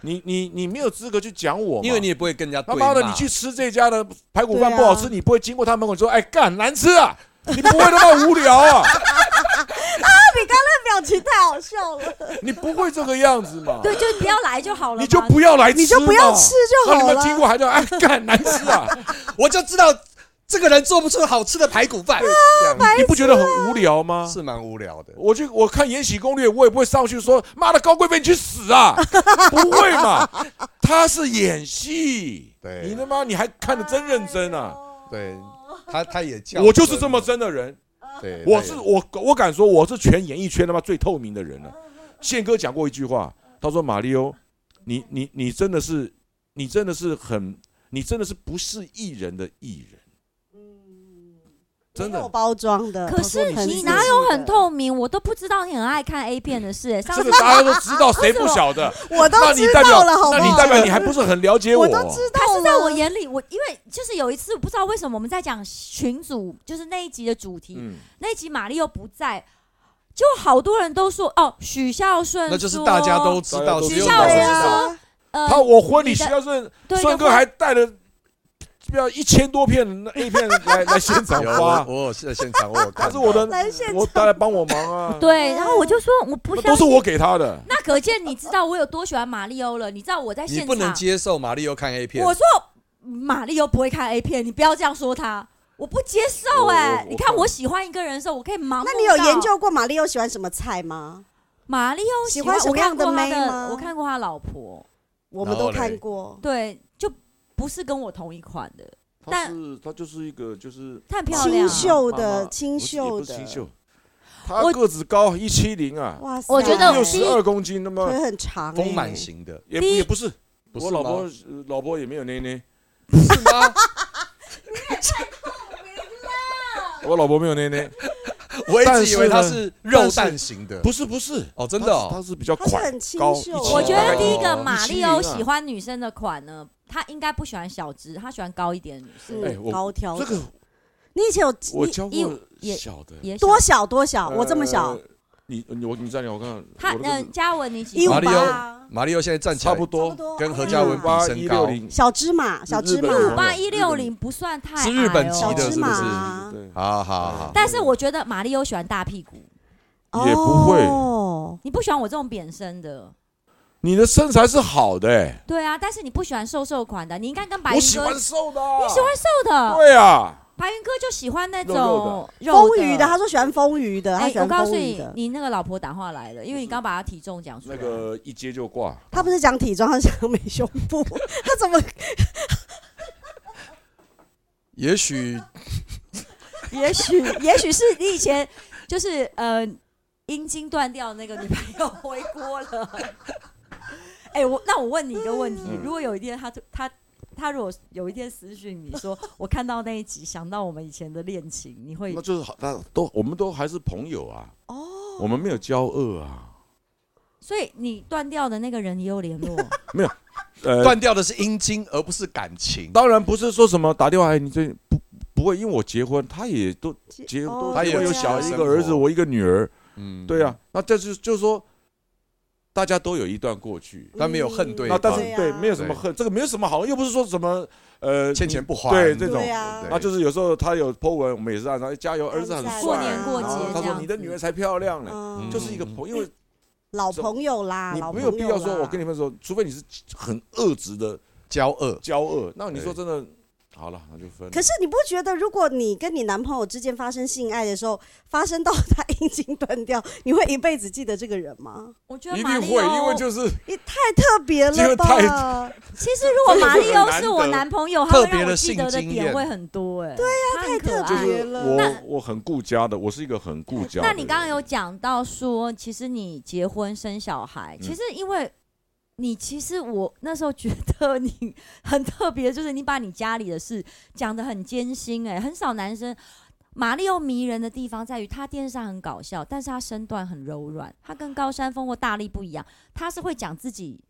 你你你没有资格去讲我嘛，
因为你也不会跟人家
他
对
妈的
骂
你去吃这家的排骨饭
对啊
不好吃，你不会经过他门口说哎干难吃啊，你不会他妈无
[laughs]
聊啊，
那表情太好笑了，
你不会这个样子嘛，
对，就不要来就好了嘛，
你就不要来吃嘛，
你就不要吃就
那你
好
们
了。
经过还叫哎干难吃
[laughs]
啊，
我就知道这个人做不出好吃的排骨饭，这样
哎
你不觉得
啊
很无聊吗？
是蛮无聊的。
我去，我看《延禧攻略》，我也不会上去说“妈的，高贵妃你去死啊”， [laughs] 不会嘛？他是演戏，
对
你他妈你还看得真认真啊！
对他，他也叫
我就是这么，真的人，
哦对，
我
他
是
也
我我敢说我是全演艺圈他妈最透明的人了、啊宪哥讲过一句话，他说：“马里欧，你你你真的是，你真的是很，你真的是不是艺人的艺人，
嗯
真
没有
的。”
包装的。
可是
很
你
自
哪
私
有
的
很？透明？我都不知道你很爱看 A 片的事、欸。上
这
次
个大家都知道，谁不晓得？
我都
那你
知
代
道
表，
了，好不
那你
好
代？表你还不是很了解
我
我？
都知道
可
了。
是在我眼里，我因为就是有一次，我不知道为什么我们在讲群组，就是那一集的主题，
嗯，
那一集玛丽又不在，就好多人都说哦，许孝顺
那就是大家都
说
知道，
大家都
只有
知道
我
对
知
呀
道。
啊，
呃
他我婚礼
你的
需要顺
对
顺
你
哥
的
还带了不要一千多片那 A 片来来现场
有
发
我，我有在现场，我有看
他
到
是我的
来现，
我带来帮我忙啊，
对，然后我就说我不
那
相
都是
信。
我给他的。
那可见你知道我有多喜欢马里欧了。你知道我在
你
现
不能
场，
接受马里欧看 A 片，
我说马里欧不会看 A 片，你不要这样说他，我不接受
我
哎、
我
你
我
看我喜欢一个人的时候，我可以盲目。
那你有研究过马里奥喜欢什么菜吗？
马里欧
喜
欢
欢什么样
的
的
他
妹吗
我看过他老婆，
我们
然
都
后嘞
看过。
对，就不是跟我同一款的，
他
但
是他就是一个就是
太漂亮
清
啊了。
秀
妈妈
的，清
不是也
秀
不是
的，
清秀，他
我
个子高一七零啊，
哇塞！
我觉得
六
我
十二公斤，那么
腿很长欸，
丰满型的，
也
第一
也不是。
不是
我老婆
吗
呃老婆也没有捏捏，
是吗？
我老婆没有捏捏，
[laughs] 我一直以为他
但是呢
是肉蛋型的，
不是不是，
哦，真的
他
哦，
是比较
他是
快
很清
高
秀
170
我觉
大
得
概
第一个
哦
马
170
里欧
啊
喜欢女生的款呢，他应该不喜欢小只，他喜欢高一点的女生。
哎我
嗯，高挑
这
的。
个
你以前有
我
你
教
一
过
也
小的，
也
多
哎小
小多小？我这么小
呃，，你你我你再聊，我看看
他
我的
嗯，嘉文你几
一五
马
公
里
分？
奥
八，
马里欧现在站起
差
来
不多，
跟
嗯
哎
何
呀
嘉文比
八
身
一
高
六零，
嗯小芝麻，小芝
日本
五
人
麻，
八一六零不算太
是日本
矮哦
籍
小
的，
哎
是
芝
不
麻
是？
啊
对，
好好好，
但是我觉得马里欧喜欢大屁股，
也不会
哦
你不喜欢我这种扁身的。
你的身材是好的、欸，
对啊，但是你不喜欢瘦瘦款的，你应该跟白云哥
我喜欢瘦的、啊，
你喜欢瘦的，
对啊，
白云哥就喜欢那种
肉
肉
肉
丰腴的，他说喜欢丰腴的，他
哎
喜，
我
欢
告诉
丰腴
你
的，。
你那个老婆打电话来了，因为你刚把她体重讲出
那
来。
个一接就挂，
他不是讲体重，他讲美胸部，他怎么
也许
[laughs] 也许，
[laughs]
也许是你以前就是呃阴茎断掉那个女朋友回国了。
[laughs]
哎、我那我问你一个问题：
嗯
如果有一天他他他如果有一天私讯你说我看到那一集，想到我们以前的恋情，你会
那就是好，那都我们都还是朋友啊，
哦？
我们没有交恶啊，
所以你断掉的那个人也有联
[laughs]
络，
呃，
断掉的是阴茎，而不是感情。
当然不是说什么打电话哎，你这不不会，因为我结婚，他也都结
哦
都
他也
有
有
对啊
小
孩
一
生
个儿子，
活
我一个女儿，
嗯
对啊，，那这就是就是说，大家都有一段过去，
但没有恨
嗯
对
那
方
啊但是
啊
对
对没有什么
对
恨，这个没有什么好，又不是说什么呃
欠钱
你
不还，嗯
对这种
对啊
那就是有时候他有 po 文，我们也是按照哎加油，儿子很帅，
嗯过年过节
然后他
这
说
样
你的
子
女儿才漂亮呢，
嗯
就是一个朋友，因为
老朋友
哎
啦，
啊
你
老
没
朋
有
友
必要说我跟
你
你们说，除非你是很恶质的
交恶。
交恶，那你说
对
真的好了，那就分了。
可是你不觉得，如果你跟你男朋友之间发生性爱的时候，发生到他阴茎断掉，你会一辈子记得这个人吗？
我觉得
一
马
定
里
会，因为
欧。
就是
也太特别
因为
了
太
吧！
其实如果马里欧是我男朋友，他会
特别
让我
的
记得的
性经验
点会很多哎。对呀，
啊太特
就
别
是
了。
我我很顾家的，我是一个很顾家的人。
那你刚刚有讲到说，其实你结婚生小孩，
嗯
其实因为你其实我那时候觉得你 [laughs] 很特别，就是你把你家里的事讲得很艰辛、哎，很少男生。马里奥迷人的地方在于，他电视上很搞笑，但是他身段很柔软。他跟高山峰或大力不一样，他是会讲自己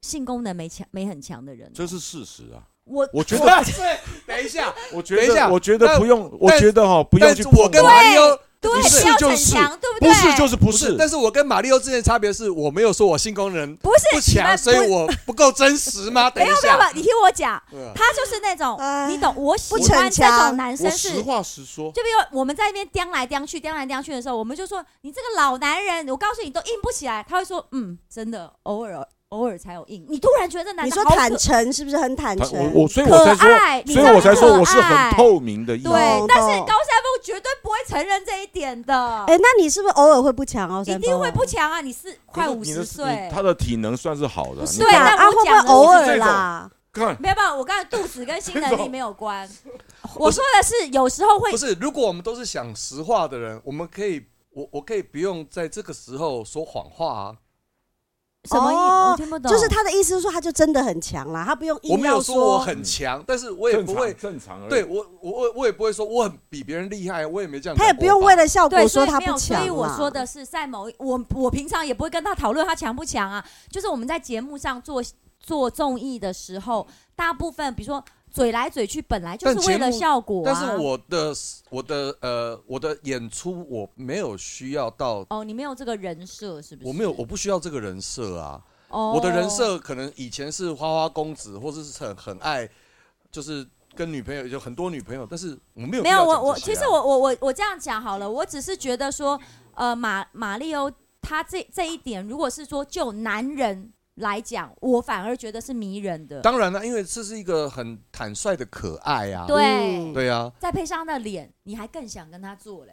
性功能没强、没很强的人。
这是事实啊，
我
我觉
[laughs]
得
哇塞等一下，
我觉
等一下
得我觉得
但
不用，我
但
觉得哈不用
但
去
是
碰
我跟
它
马里奥
对，
不是
不要
就
逞
是
强，对不对？
不是就是不
不
是，
但是我跟马里奥之间的差别是我没有说我性功能
不
不
是你
强，
们
所以
不
我不够真实吗？等一
[laughs] 没有没
下，
有，你听我讲，
对啊
他就是那种
哎
你懂，我喜
不逞
欢这种
强
男生
我
是，
实
就
话实说，
比如我们在那边颠来颠去、颠来颠去的时候，我们就说你这个老男人，我告诉你都硬不起来。他会说，嗯，真的，偶尔偶尔才有硬。你突然觉得这男
你
的
说
好
坦
可
诚是不是很坦
他
诚？
我我所以我才
可
说，
爱，你知
所以
道
我才说
可
我是
爱
很透明的一
对
个人，
懂
但是
懂
高山峰绝对不会承认这一点的，
哎、那你是不是偶尔会不强哦？
一
山
定
峰
会不强啊！你是快
可是
五
你的
十岁
你，他的体能算是好的，
不
你
是
对
吧？
但
啊，
我
会不会
讲的
偶
我是
尔
这种
啦？
看
没有办法，我刚才肚子跟性
[laughs]
能
哦
力没有关。我
不是
说的是有时候会
不是，如果我们都是讲实话的人，我们可以，我我可以不用在这个时候说谎话啊。
什么意
哦
我听不懂，
就是他的意思是说，他就真的很强啦，他不用
我
硬
没
要
有说我很强，但是我也
正
不会
常，正常而已。
对我我我我也不会说我很比别人厉害，我也没这样讲过吧。
他也不用为了效
对，
果
所
哦说
以
他
没有，
不强啦。
所以我说的是，在某一我我平常也不会跟他讨论他强不强啊，就是我们在节目上做做综艺的时候，大部分比如说嘴来嘴去，本来就
但
是
节
为了
目
效果、啊。
但是我的我的呃我的演出我没有需要到，
哦，你没有这个人设是不是？
我没有我不需要这个人设啊。
哦，
我的人设可能以前是花花公子，或者是很很爱，就是跟女朋友有很多女朋友，但是我没有
没
必
有
要
我
讲
我
这
其
些啊
实我我我我这样讲好了，我只是觉得说，呃，马马里欧他这这一点，如果是说就男人来讲，我反而觉得是迷人的。
当然了，因为这是一个很坦率的可爱啊，
对，
嗯
对啊。
再配上他的脸，你还更想跟他做嘞。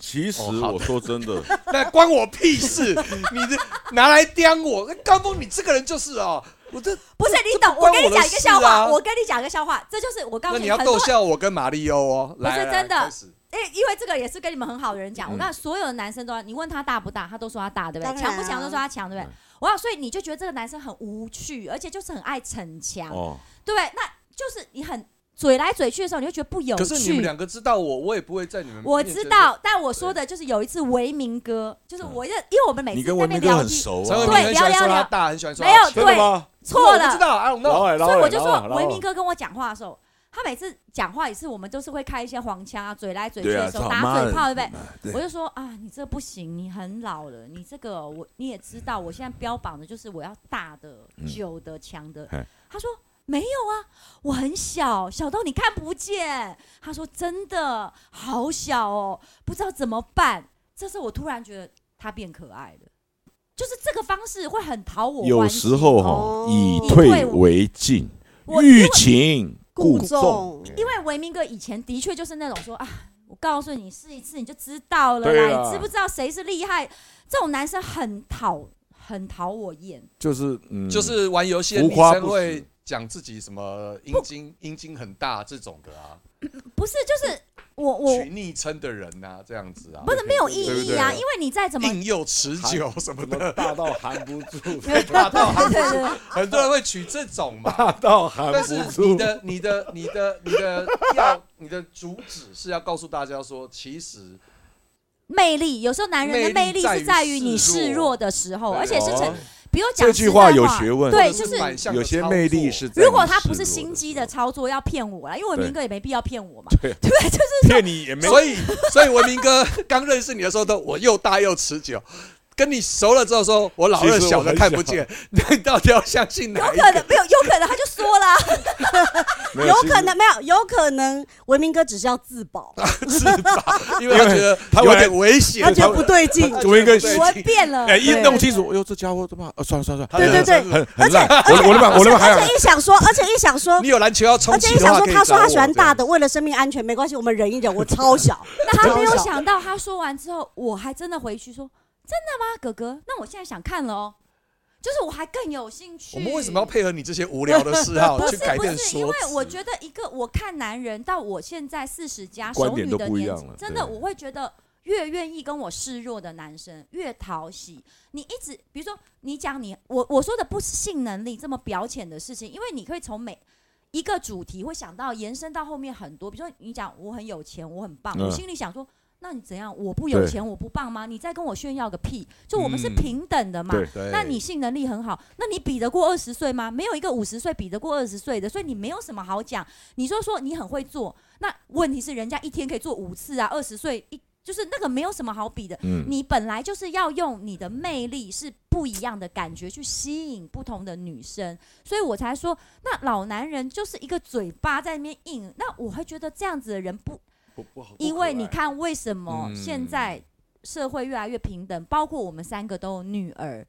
其实
哦好的
我说真
[laughs]
的，
那关我屁事！ [laughs] 你这拿来刁我，那高峰你这个人就是哦，我这
不是你懂，
不关
跟你
我的
讲一个笑
事啊
话，我跟你讲一个笑话，这就是我告诉
那你
你
要
很多
逗，笑我跟马里欧哦，
是
来，来
真的
来开始
因因为这个也是跟你们很好的人讲，我
嗯
告诉你所有的男生都要，你问他大不大，他都说他大，对不
当
对？
然啊
强不强都说他强，对不对
嗯？
我要，所以你就觉得这个男生很无趣，而且就是很爱逞强，
哦，
对不对？那就是你很嘴来嘴去的时候，你就觉得不有
可是你们
趣。
两个知道我，我也不嗯会在你们
我
面
知
前
道，但我说的就是有一次维明哥，就是我认，因为我们每
你
次哎在
跟
那
文
边
明哥
聊
很
天，
熟
陈伟
啊
对，
明很喜欢说
聊聊
他
聊
大，很喜欢说
没有
他
真
强
的吗？
错
我
了
不知，道，I don't
老
know。
海，老
所
海，
以我就
老
说
海，
维明哥跟我讲话的时候，他每次讲话也是我们都是会开一些黄腔啊，嘴来嘴去
对啊，
的时候、
操
打
妈
嘴
的
炮，对不对？
对
我就说啊，你这不行，你很老了，你这个我你也知道，我现在标榜的就是我要大的、
嗯
久的、强的
嘿。
他说没有啊，我很小，小到你看不见。他说真的好小哦，不知道怎么办。这时候我突然觉得他变可爱了，就是这个方式会很讨我
有
欢喜
时候哈
哦，
以
以
退
退
为进，
我因
欲
为
擒
故
故纵。
纵，
因为维明哥以前的确就是那种说啊，我告诉你试一次你就知道了
对
啦，
啦
你知不知道谁是厉害？这种男生很讨很讨我厌，
就是嗯，
就是玩游戏的女
浮夸
生
不实
会讲自己什么阴茎阴茎很大这种的啊，
不是就是我我
取昵称的人呐，这样子啊，
不是没有意
对不
义
对
啊，因为你再怎么
硬又持久什么
怎么
的，
大到含不 [laughs] 住，
大到
对对对，
很多人会取这种
[laughs]
嘛。
大到含
但
不
是你
住。
的、你的、你的、你的要你的主旨是要告诉大家说，其实
魅力，有时候男人的
魅
魅
力
力
在于
是在于你
示弱
示弱的时候，
对啊
而且是成
哦，
不用讲
这句话
实在
有学问
对，
或者
就是
反向的
有些
操
魅
作
力是在
如果
你
他
示
不是
弱
心
的
机
时
的
候
操作要骗我啦，因为文明哥也没必要骗我嘛，
对啊
对，就是
骗你也没
所以，所以文明哥刚认识你的时候都我又大又持久，跟你熟了之后说我老二
其实我
小的
很
看不见，那 [laughs] 你到底要相信
有
哪一
可
个？
能没有，有可能他就说啦，
没
有
其
可
实
能没有，有可能文明哥只是要自保，
是吧？因为他觉得
他
有
会
点危险
他，觉得不对劲。
我应该
对
我呃变了，
哎，一
对
弄清楚，哎呦，这家伙他妈，啊，算了算了，算
对对
了，
对，
很很烂，我的我的妈，我的妈，还
而
有
且一想说，而且一想说
你，有篮球要
而
冲
且
击
一
的
想
话，
说，
可以
他说
找
他
我
喜欢
这样
大的，为了生命安全没关系，我们忍一忍，我超
[laughs]
小。
那他没有
超小
想到，他说完之后，我还真的回去说：“真的吗，哥哥？那我现在想看了哦，就是我还更有兴趣。”
我们为什么要？配合你这些无聊的嗜好
不
去
是
改
不
变
是，因
说
为
辞？
我觉得一个我看男人到我现在四十加
观
熟
点
女
都
的
不一
年
样
纪
了，
真的
对
我会觉得越愿意跟我示弱的男生越讨喜。你一直比如说你讲你我我说的不是性能力这么表浅的事情，因为你可以从每一个主题会想到延伸到后面很多，比如说你讲我很有钱，我很棒，
嗯
我心里想说。那你怎样？我不有
对
钱，我不棒吗？你再跟我炫耀个屁！就我们是
嗯
平等的嘛，
对
对
那你性能力很好，那你比得过二十岁吗？没有一个五十岁比得过二十岁的，所以你没有什么好讲。你说说你很会做，那问题是人家一天可以做五次啊，二十岁一就是那个没有什么好比的。
嗯，
你本来就是要用你的魅力是不一样的感觉去吸引不同的女生，所以我才说那老男人就是一个嘴巴在那边硬。那我会觉得这样子的人不因为你看，为什么
嗯
现在社会越来越平等，包括我们三个都有女儿。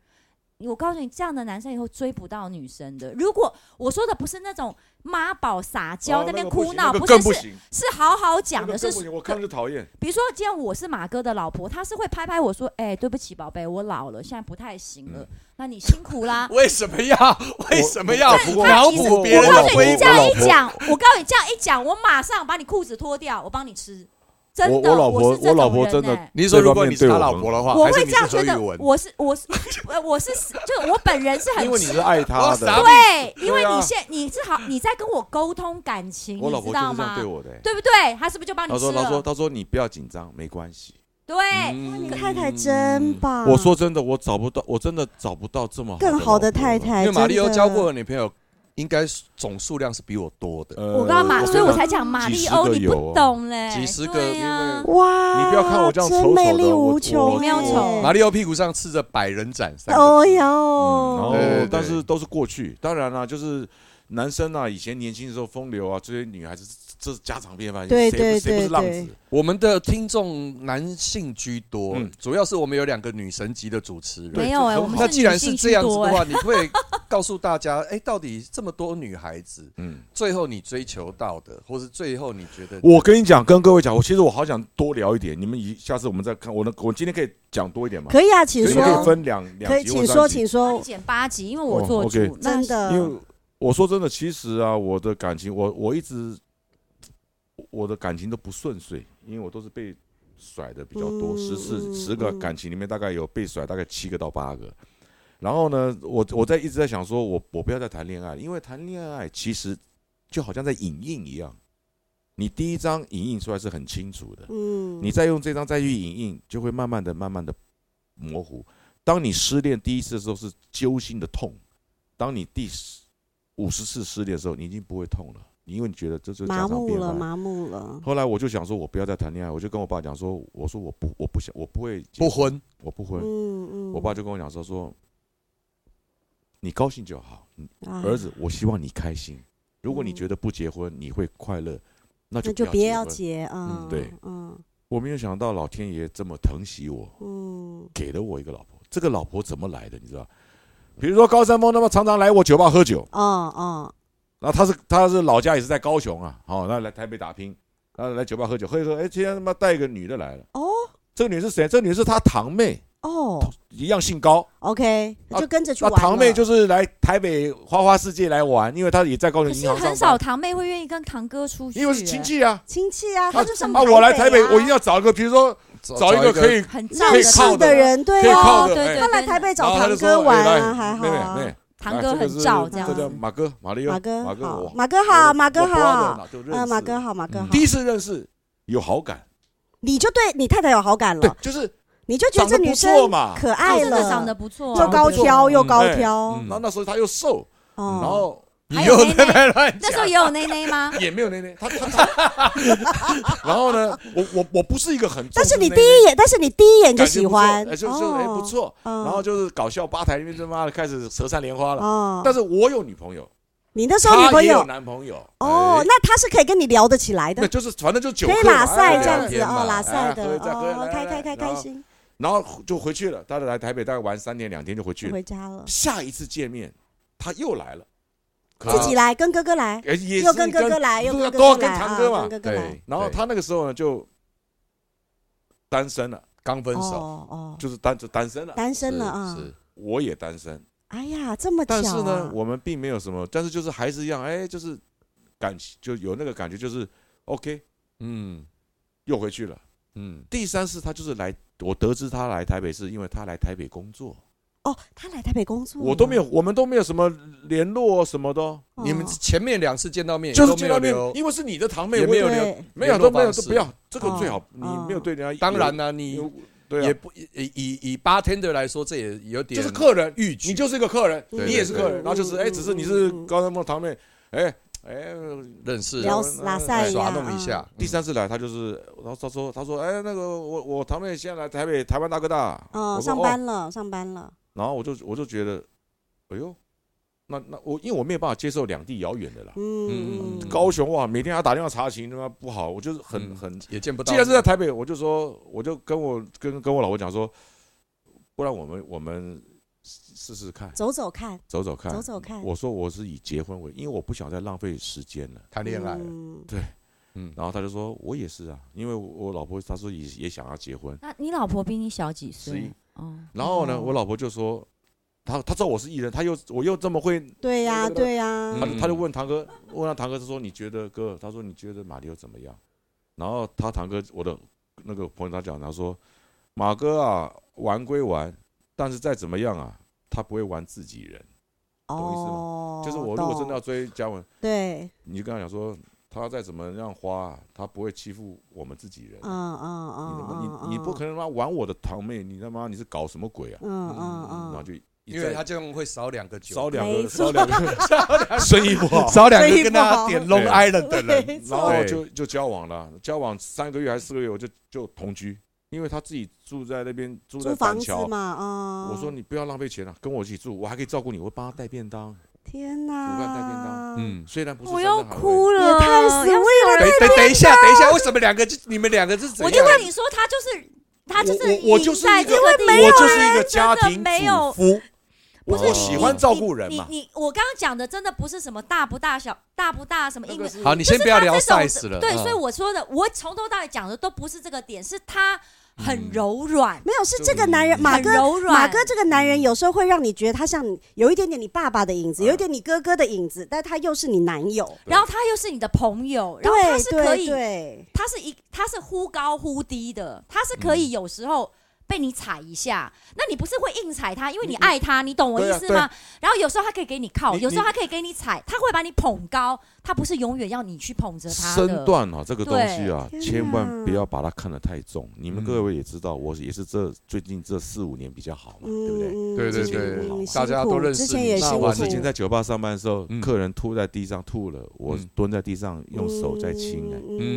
我告诉你，这样的男生以后追不到女生的。如果我说的不是那种妈宝撒娇、那边哭闹，
哦那个
啊是
更不
是
行，
是好好讲
那个
的，
更
是
不行，我看着就讨厌，
比如说今天我是马哥的老婆，他是会拍拍我说：“哎、对不起，宝贝，我老了，现在不太行
嗯
了，那你辛苦啦。”
为什么要为什么要
[laughs] 我不过
脑
你是
补别人
我
的
告诉
微
你，
博
这样一
我
讲，我告诉你这样一讲，我马上把你裤子脱掉，我帮你吃。真的，
我我老婆
是这种
我老婆
人
真的
欸
你是说如果你是他老婆的话，
我
还是
会
你是
这样
何
觉
宇
得
文，？
我是我是 [laughs] 呃我是就我本人是很
因为你是爱他
我傻
的，
对，因为
对啊
你现你是好你在跟我沟通感情，
我老
你
婆
知
就
道
是这样
吗
对？我的，欸
对不对？他是不是就帮你
她
吃
说她说嗯
了？
她说你不要紧张，没关系。
对，
你太太真棒。
我说真的，我找不到，我真的找不到这么
嗯更好
好
的
的
太
老婆
太，
因
哎
了，
为马里
真
欧
的
交过的女朋友，应该总数量是比我多的。
呃
我刚刚马，所以我才讲马
几
里
十
欧，
个
你
有
不
哦
懂嘞，
几十个
对啊呀
因，
哇！
你不要看我这样丑
真
丑的
魅力
我
无
我
穷，
你不要丑
马里奥屁股上刺着百人斩三个
哦
字，
嗯然后
哟，
对对对
但是都是过去，当然啦，就是男生啊，以前年轻的时候风流啊，追女孩子这是家常便饭，
对
谁不
对
谁不
对
是浪
对
子？
我们的听众男性居多
嗯，
主要是我们有两个女神级的主持人。
没有哎，
这
我们
那既然
女性
是
居
这样子
多
的
哎
话，你会告诉大家，哎，到底这么多女孩子，
嗯，
最后你追求到的，或是最后你觉得
我跟你讲，跟各位讲，我其实我好想多聊一点，你们一下次我们再看，我能我今天可以讲多一点吗？
可以啊，请
就是可以
说，
分两
可
两
以，
集或
请
三
说，请说，
帮你
集
剪八集，因为我
哦
做
，OK
主，那
真的，
因为我说真的，其实啊，我的感情，我我一直我的感情都不顺遂，因为我都是被甩的比较多，
嗯
十次
嗯
十个
嗯
感情里面大概有被甩大概七个到八个。然后呢，我我在一直在想说，我我不要再谈恋爱了，因为谈恋爱其实就好像在影印一样，你第一张影印出来是很清楚的，
嗯，
你再用这张再去影印，就会慢慢的、慢慢的模糊。当你失恋第一次的时候是揪心的痛，当你第五十次失恋的时候，你已经不会痛了，你因为你觉得这就是
麻
家常
木
便
了，
饭。
麻木了，
后来我就想说，我不要再谈恋爱，我就跟我爸讲说，我说我不，我不想，我不会结
不
婚，
婚？
我不婚。
嗯嗯，
我爸就跟我讲说说，你高兴就好，你
啊
儿，子，我希望你开心。如果你
嗯
觉得不结婚你会快乐，那
那
就
就
不
别要
婚。
结啊，
嗯对，
嗯
我没有想到老天爷这么疼惜我，
嗯，
给了我一个老婆。这个老婆怎么来的？你知道？比如说高山峰，他妈常常来我酒吧喝酒，
哦哦，
然后他是他是老家也是在高雄啊，好、那来台北打拼，然后来酒吧喝酒，喝一喝，哎，今天他妈带一个女的来了，
哦
这个女是谁？这个女是他堂妹，
哦
一样姓高。
，OK，
啊
就跟着去
那
玩了，
堂妹就是来台北花花世界来玩，因为她也在高雄
可
银
是
行
很
上
少
班，
堂妹会愿意跟堂哥出去，哎
因为是亲戚啊。
亲戚啊，
啊
他就是
啊，我来台北，
啊
我一定要找一个，比如说
哦
找一个可以
很
可
闹
以靠
事的人，对
可以
啊
靠，
对
的
对
哎
对，
他来台北
然
找
后他
堂
就
哥
说
玩
哎
啊，
来
还好
妹妹妹
啊，，
堂
来
哥
这个
很
是
照这样
这
子
叫马哥马里奥
马哥
马哥
好啊
我
马哥好，马哥呃
我不知道
好
哪，就认识
嗯，马哥好，马哥好
第，一次认识有好感，
你就对你太太有好感
对
了，，
就是
你就觉得这女生
长得不错嘛
可
她
爱
真的长得
了，
不错
又
啊，
高挑又
嗯
高
哎
挑，
然后那时候他又瘦，
哦
然后
你
还
又
有
在那
内内，
边乱
那时候
讲。
也有内内 [laughs] 吗？
也没有那那他他他， [laughs]
[laughs]
然后呢，我我我不是一个很重
但
视
是
内
你
内，
第一眼，但是你第一眼就
感觉
喜
不错
欢，
哎就就哎不错，
嗯
然后就是搞笑吧台那边他妈的开始舌灿莲花了。
哦，
但是我有女朋友，
你那时候女
他
朋
也有
友
男朋友，
哦
哎，
那他是可以跟你聊得起来
那
的，
就是反正就酒
可以
客嘛
拉塞
哎
这样
聊
子
天嘛
哦，拉塞
哎喝
的
一下喝一下
哦
来，
开
来
开
来
开
然
开
后
心，
然后就回去了，大概来台北大概玩三天两天就回去啊了。
回家
嗯
了，
下一次见面他又来了，可
自己来跟哥哥来，
哎也
又
是
跟哥哥来，又
都
跟
要
哥
都要
哥
跟
来
堂
啊，
哥嘛
跟哥哥来
对，，
然后
对
他那个时候呢就单身了，
刚分手，
哦哦，
就是单就单身了，
单身了
是
啊，
是
我也单身，
啊
哎呀，这么巧
但是呢
啊，，
我们并没有什么，但是就是还是一样，哎，就是感就有那个感觉，就是 OK，
嗯
又回去了。
嗯，
第三次他就是来，我得知他来台北是因为他来台北工作，
哦，他来台北工
啊
作，
我都没有，，我们都没有什么联络什么的哦，
哦
你们前面两次见到面
就是
也
见
都
到
没
面
有，留
因为是你的堂妹，
也
我
没有
也
对
没有
联络
都没有
方
都
式
不要，这个最好
哦，
你没有对人家
当然
有
啦，你
有对
也
啊，
不以以以 bartender 来说，这也有点
就是客人，
欲举
嗯你就是一个客人，
对
你也是客
对
人，然后就是
嗯
哎，只是你是
嗯嗯
高山峰堂妹，哎哎，
认识
聊
嗯
拉塞
耍弄一下。
第三次来，他就是，然后他说，他说，哎，那个我我堂妹现在来台北台湾大哥大，
嗯，
我
哦，
说
上
哦
班了，上班了，
然后我就我就觉得，哎呦，那那我因为我没有办法接受两地遥远的啦，
嗯
嗯，
高雄哇，每天要打电话查询，他妈不好，我就是很
嗯
很，
也见不到。
既然是在台北，我就说，我就跟我跟跟我老婆讲说，不然我们我们试试看，
走走看，
走走看，
走走看，
我说我是以结婚为，因为我不想再浪费时间了。
谈恋爱，
嗯
嗯，
然后他就说，我也是啊，因为我我老婆她说也也想要结婚。
那你老婆比你小几
十一
岁？哦，
然后呢，
哦
我老婆就说，她她知道我是艺人，她又我又这么会，
对呀，对呀，
她
嗯
她就问堂哥，问到堂哥就说你觉得哥，他说你觉得马里奥怎么样？然后他堂哥我的那个朋友他讲，他说马哥啊玩归玩，但是再怎么样啊，他不会玩自己人。懂意思吗
哦，
就是我如果真的要
懂
追嘉文，
对，
你就跟他讲说，他再怎么样花啊，他不会欺负我们自己人。
嗯嗯
你他
嗯，
妈你你不可能他妈玩我的堂妹，你他妈你是搞什么鬼啊？
嗯，嗯
然后
嗯嗯，
就一
因为
再
他这样会少两个酒，
少两
没
个，
错
少两个，生意
[laughs]
不好。
少两
生意
个
不
跟他
好
点 Long Island 的人。
没
然
错，
后
对
就就交往了，交往三个月还是四个月，我就就同居，因为他自己住在那边，住在
租
板
房子
桥。
嘛，啊，
我说你不要浪费钱了、跟我一起住，我还可以照顾你，我会帮他带便当。
天
煮饭带便
哪，
当，
嗯，
虽然不是
我
山
要
珍海味
哭
也
了，
太死为
要
了
等等等一下，等一下，为什么两个就你们两个是怎样？
我就跟你说，他就是他就是
我我我就是
赢在
一个
这个地
我
方
就是一个家
真的
庭
没有
主夫，
不
我
是
我
你
喜欢照顾人
你
嘛。
你你我刚刚讲的真的不是什么大不大小、大不大什么
那
英
个
文。
是
好，你先不要聊
就是他这种
size 了。
对，
嗯
所以我说的，我从头到尾讲的都不是这个点，是他
嗯
很柔软，
没有是这个男人马
很
哥。
柔软。
马哥这个男人有时候会让你觉得他像你有一点点你爸爸的影子，
嗯
有一点你哥哥的影子，但他又是你男友，
然后他又是你的朋友，然后他
对
是可
对
以，
对，
他是一他是忽高忽低的，他是可以有时候。被你踩一下，那你不是会硬踩他，因为你爱他，你懂我意思
啊对啊
吗？然后有时候他可以给你靠，
你
有时候他可以给你踩，他会把你捧高，他不是永远要你去捧着他的。
身段啊，这个东西啊，
对天
千
哪
万不要把它看得太重。你
嗯
们各位也知道，我也是这最近这四五年比较好嘛，对不对？
嗯
对对
对对
嗯
大家都认识
之前
你
也
那
那
辛
我
我
苦，
之前在酒吧上班的时候，
嗯
客人吐在地上吐了，我
嗯
蹲在地上用手在亲哎、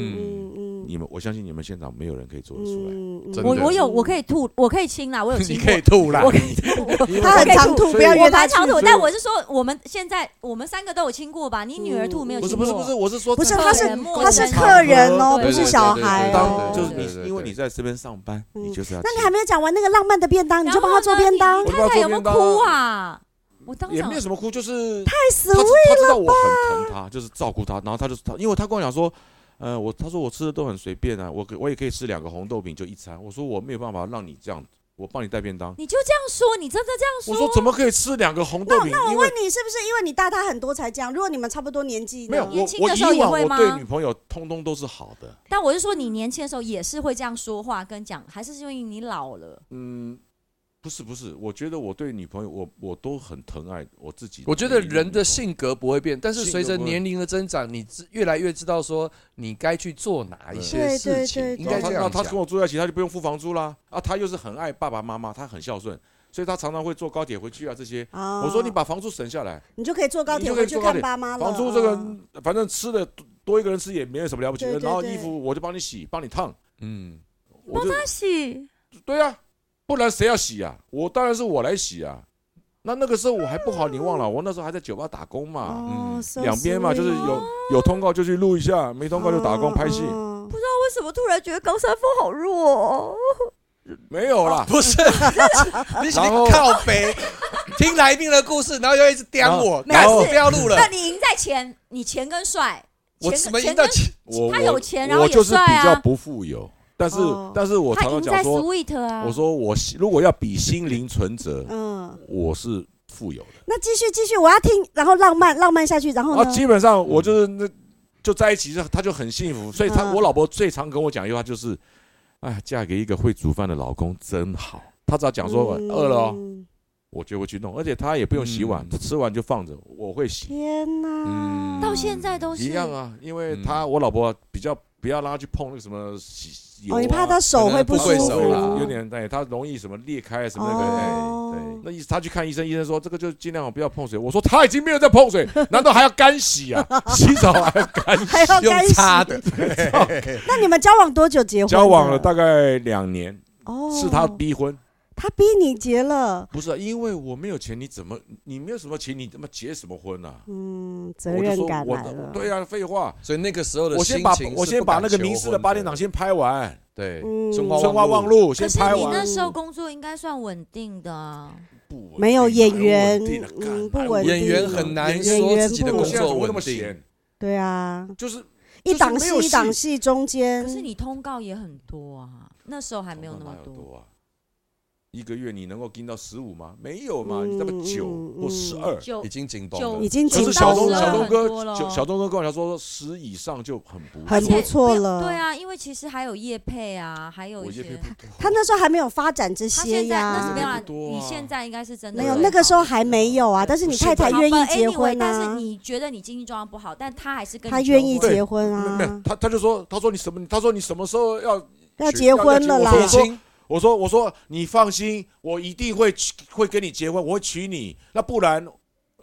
嗯
你们我相信你们现场没有人可以做得出来。
嗯
真的
我我有我可以吐，我可以亲啦，我
[laughs]
有亲
你
过，
可以吐啦
嗯我。可以吐，我
因为
他很常吐，
所以
不要
我
约他
蛮
去
常吐，
所以
但
我
我是说我们现在我们三个都有亲过吧？你女儿吐没有
不
亲
是
过？
不是不是，我是说
不是
在
他是
客人陌
他
生
是
场
客人哦，
合
不
对
是
对
小
对
孩哦
当，
对
就
对
是
对
你，因为你在这边上班，
嗯
你就是要
那你
亲
还没有讲完那个浪漫的便当，你就帮他做便
然
当
后，呢
我帮
你
他
太太
做
有没有
便当
哭啊？我当
也
场
没有什么哭，就是
太死
他
了
知他知道我很疼他，就是照顾他，然后他就他，因为他跟我讲说，呃，我他说我吃的都很随便啊，我可我也可以吃两个红豆饼就一餐，我说我没有办法让你这样，我帮你带便当。
你就这样说，你真的这
我
样说？
说怎么可以吃两个红豆饼？
我
因为
哦问你是不是因为你大他很多才这样？如果你们差不多年纪呢，
没有我
年轻
我
的
以
时候也
往
会
我
吗
对女朋友通通都是好的，
但我是说，你年轻的时候也是会这样说话跟讲，还是因为你老了？
嗯，不是不是，我觉得我对女朋友，我我都很疼爱我自己。
我觉得人的性格不会变，但是
性格
随着
不会
年龄的增长，你知越来越知道说你该去做哪一些
对
事
对
情，
对
应
那
该
他
这样
那他跟
讲。
我住在一起，他就不用付房租啦。啊，他又是很爱爸爸妈妈，他很孝顺，所以他常常会坐高铁回去啊这些。
啊
我说你把房租省下来，
你就可以坐高
你
铁
就可以
回去
坐高
看
铁
爸妈了。
房租这个
嗯
反正吃的多多一个人吃也没有什么了不起的，
对对
然后
对
衣服我就帮你洗，帮你烫，
嗯，
我就
喜，
对啊，不然谁要洗啊？我当然是我来洗啊。那那个时候我还不好，你忘了，我那时候还在酒吧打工嘛，
哦
嗯
so
啊两边嘛，就是
sweet
有有通告就去录一下，没通告就打工拍戏，
嗯嗯
不知道啊为什么突然觉得高山峰好弱、哦。
没有啦，
不 [laughs] 是，你
然后
你靠北，听来宾的故事，然后又一直刁我，
然
干
后
我不要录了
那，你赢在钱，你钱跟帅，钱
我
跟
怎么赢
钱
到
跟
钱？
我
哦他
我
有钱然后
我
也
就是
帅
比较
啊
不富有，但是
哦
但是我
他
常常
赢
讲
在
说，
sweet 啊。
我说我心如果要比心灵存折，
嗯，
我是富有的，
那继续继续，我要听，然后浪漫浪漫下去，然
哦
后
然
呢
后？基本上
嗯
我就是那就在一起，他就很幸福，所以他
嗯
我老婆最常跟我讲一句话就是，哎，嫁给一个会煮饭的老公真好。她只要讲说
嗯
饿了哦，我就会去弄，而且她也不用洗碗，
嗯
吃完就放着，我会洗。
天哪！
嗯，
到现在都是
一样啊，因为
嗯
他我老婆比较不要让他去碰那个什么洗油啊，
哦，你怕他手会
不
舒
会手
服
啦
有，点哎，他容易什么裂开什么那个哎。
哦
那意思他去看医生，医生说这个就尽量不要碰水。我说他已经没有在碰水，难道还要干洗啊？洗澡还要干洗？
还要干
用
洗。
擦
[laughs]
的，
[laughs] 那你们交往多久结婚？
交往了大概两年，
哦，
是他逼婚，
他逼你结了，
不是、啊、因为我没有钱，你怎么你没有什么钱，你怎么结什么婚啊？
嗯，责
我就
任
说
感
我
来了。
对啊，废话，
所以那个时候的
我
心
先
情
把
是
我先
不
把
敢
那个
求
明视
婚
的八点档先拍完，
对
嗯
春
春花望
路
路
可
先
是
拍
你
完
那。时候工作应该算稳定的啊，
不稳
没有
定
演
哪
员
稳定啊干
嗯不
哪
稳定
演员很难
演
员
说自己的
不稳
工
我现在怎
作
么会
稳
那么
定，
闲，
对啊，
就是
一档
没
戏
有
一档
戏
戏中间
嗯
可，是你通告也很多啊，那时候还没有那么
哪有
多。
多啊。一个月你能够盯到十五吗？没有嘛，你那
嗯
么九
嗯
或十二。
就
已经紧绷
就
了
已。经
可
紧
是
到
小东
了
小东哥
很多了
小小东哥跟我讲说十以上就很不错
很不错了
对啊，因为其实还有业配啊，还有
我
一
也配
些。
不多
他那时候还没有发展这
他
些
现在那
呀
是没有啦
不多啊
你现在应该是真的
没有，
会
那个时候
考虑
还没有啊。但是你太太愿意结婚
但是
啊，
你觉得你经济状况不好，但他还是跟
她愿意
结婚
结婚
没有
啊，
他他就说他说你什么他说你什么时候要
要结婚了啦
要。
已
结婚
经
我说我说你放心，我一定会娶会跟你结婚，我会娶你。那不然，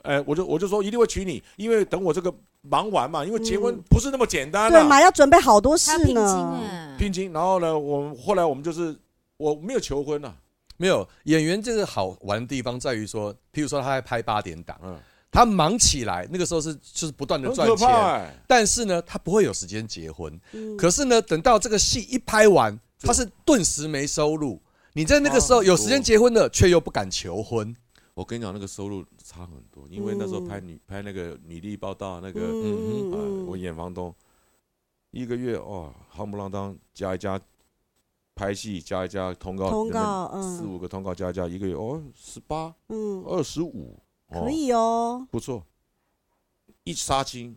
呃，我就我就说一定会娶你，因为等我这个忙完嘛，因为结婚
嗯
不是那么简单
对
的、
嘛，要准备好多
他
事
聘金
呢。
哎，
拼经。然后呢，我们后来我们就是我没有求婚啊，
没有演员这个好玩的地方在于说，譬如说他在拍八点档，
嗯，
他忙起来，那个时候是就是不断的
很
赚
可
钱，
怕、
哎
欸。
但是呢，他不会有时间结婚。
嗯
可是呢，等到这个戏一拍完，
就
他是顿时没收入。你在那个时候
啊
有时间结婚了，却又不敢求婚，
我跟你讲，那个收入差很多，因为那时候拍女、拍那个女力报道那个，
嗯
嗯
呃
嗯
我演房东，一个月哦，夯不啷当加一加，拍戏加一加通告
通
那边
告，
四
嗯
五个通告加加一个月哦，十八
嗯，
二十五，哦
可，以哦。
不错。一杀青，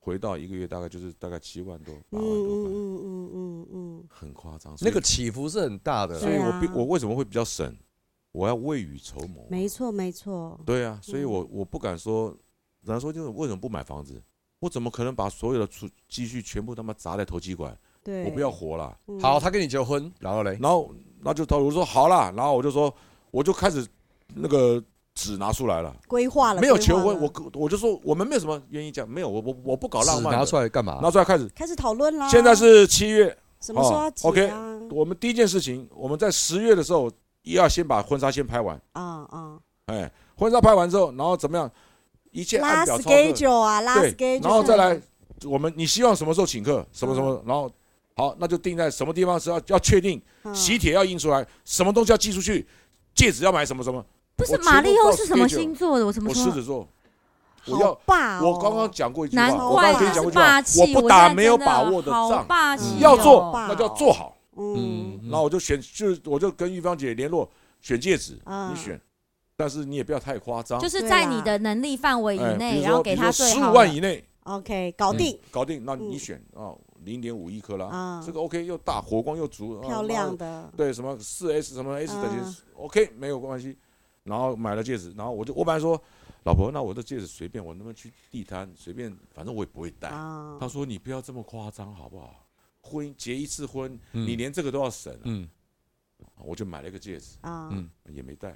回到一个月大概就是大概七万多，
嗯
八万多啊吧，
嗯嗯嗯嗯
很夸张。所以
那个，起伏是很大的
所
啦。
以我
对啊
必我为什么会比较省？我要未雨绸缪
嗯，。没错没错。
对啊，所以
嗯
我我不敢说，人家说就是为什么不买房子？我怎么可能把所有的储积蓄全部他妈砸在投机馆？
对，
我不要活了。
嗯。
好，他跟你求婚，然后嘞，
然后那就他我说好啦，然后我就说我就开始那个纸拿出来了。
规划了，
没有
规划
求婚，
了
我我就说我们没有什么愿意讲，没有我我我不搞浪
纸
漫的。
拿出来干嘛？
拿出来开始。
开始讨论啦。
现在是七月，
什么时候要
哦
结啊？
我们第一件事情，我们在十月的时候也要先把婚纱先拍完，
啊啊，
哎，婚纱拍完之后，然后怎么样，一切
拉
按表操作，
schedule 啊，拉
对，
schedule，
然后再来，我们你希望什么时候请客，什么什
嗯
么，然后好，那就定在什么地方是要要确定，
嗯
喜帖要印出来，什么东西要寄出去，戒指要买什么什么，
不是
我全部
马里
报
奥是什么
schedule
星座的？我怎么
我狮
说？
子座，我
好
要。
霸哦，
我刚刚讲过一句
难
话，我
怪
刚刚跟
这
你讲
是
过一句话
霸，气，
我
我
不
现
打
在
没有
真
把握的
好
仗，
霸气哦，
要做
霸
那就要做好。
嗯，
然后我就选，就是我就跟玉芳姐联络选戒指，
嗯
你选，但是你也不要太夸张，哎
就是是在你的能力范围以内，然后给他最
十
好的
五万以内
OK，搞定，
搞定，那你选啊，零点五亿克拉，
嗯啊
这，个 OK 又大，火光又足，啊
漂亮。的
妈，对，什么四 S 什么 S
嗯
等级、OK 没有关系。然后买了戒指，然后我就我本来说，老婆，那我的戒指随便，我能不能去地摊随便，反正我也不会戴。
啊
他，说你不要这么夸张好不好？婚姻结一次婚，
嗯
你连这个都要省、啊，
嗯，
我就买了一个戒指，
啊，
嗯
也没戴。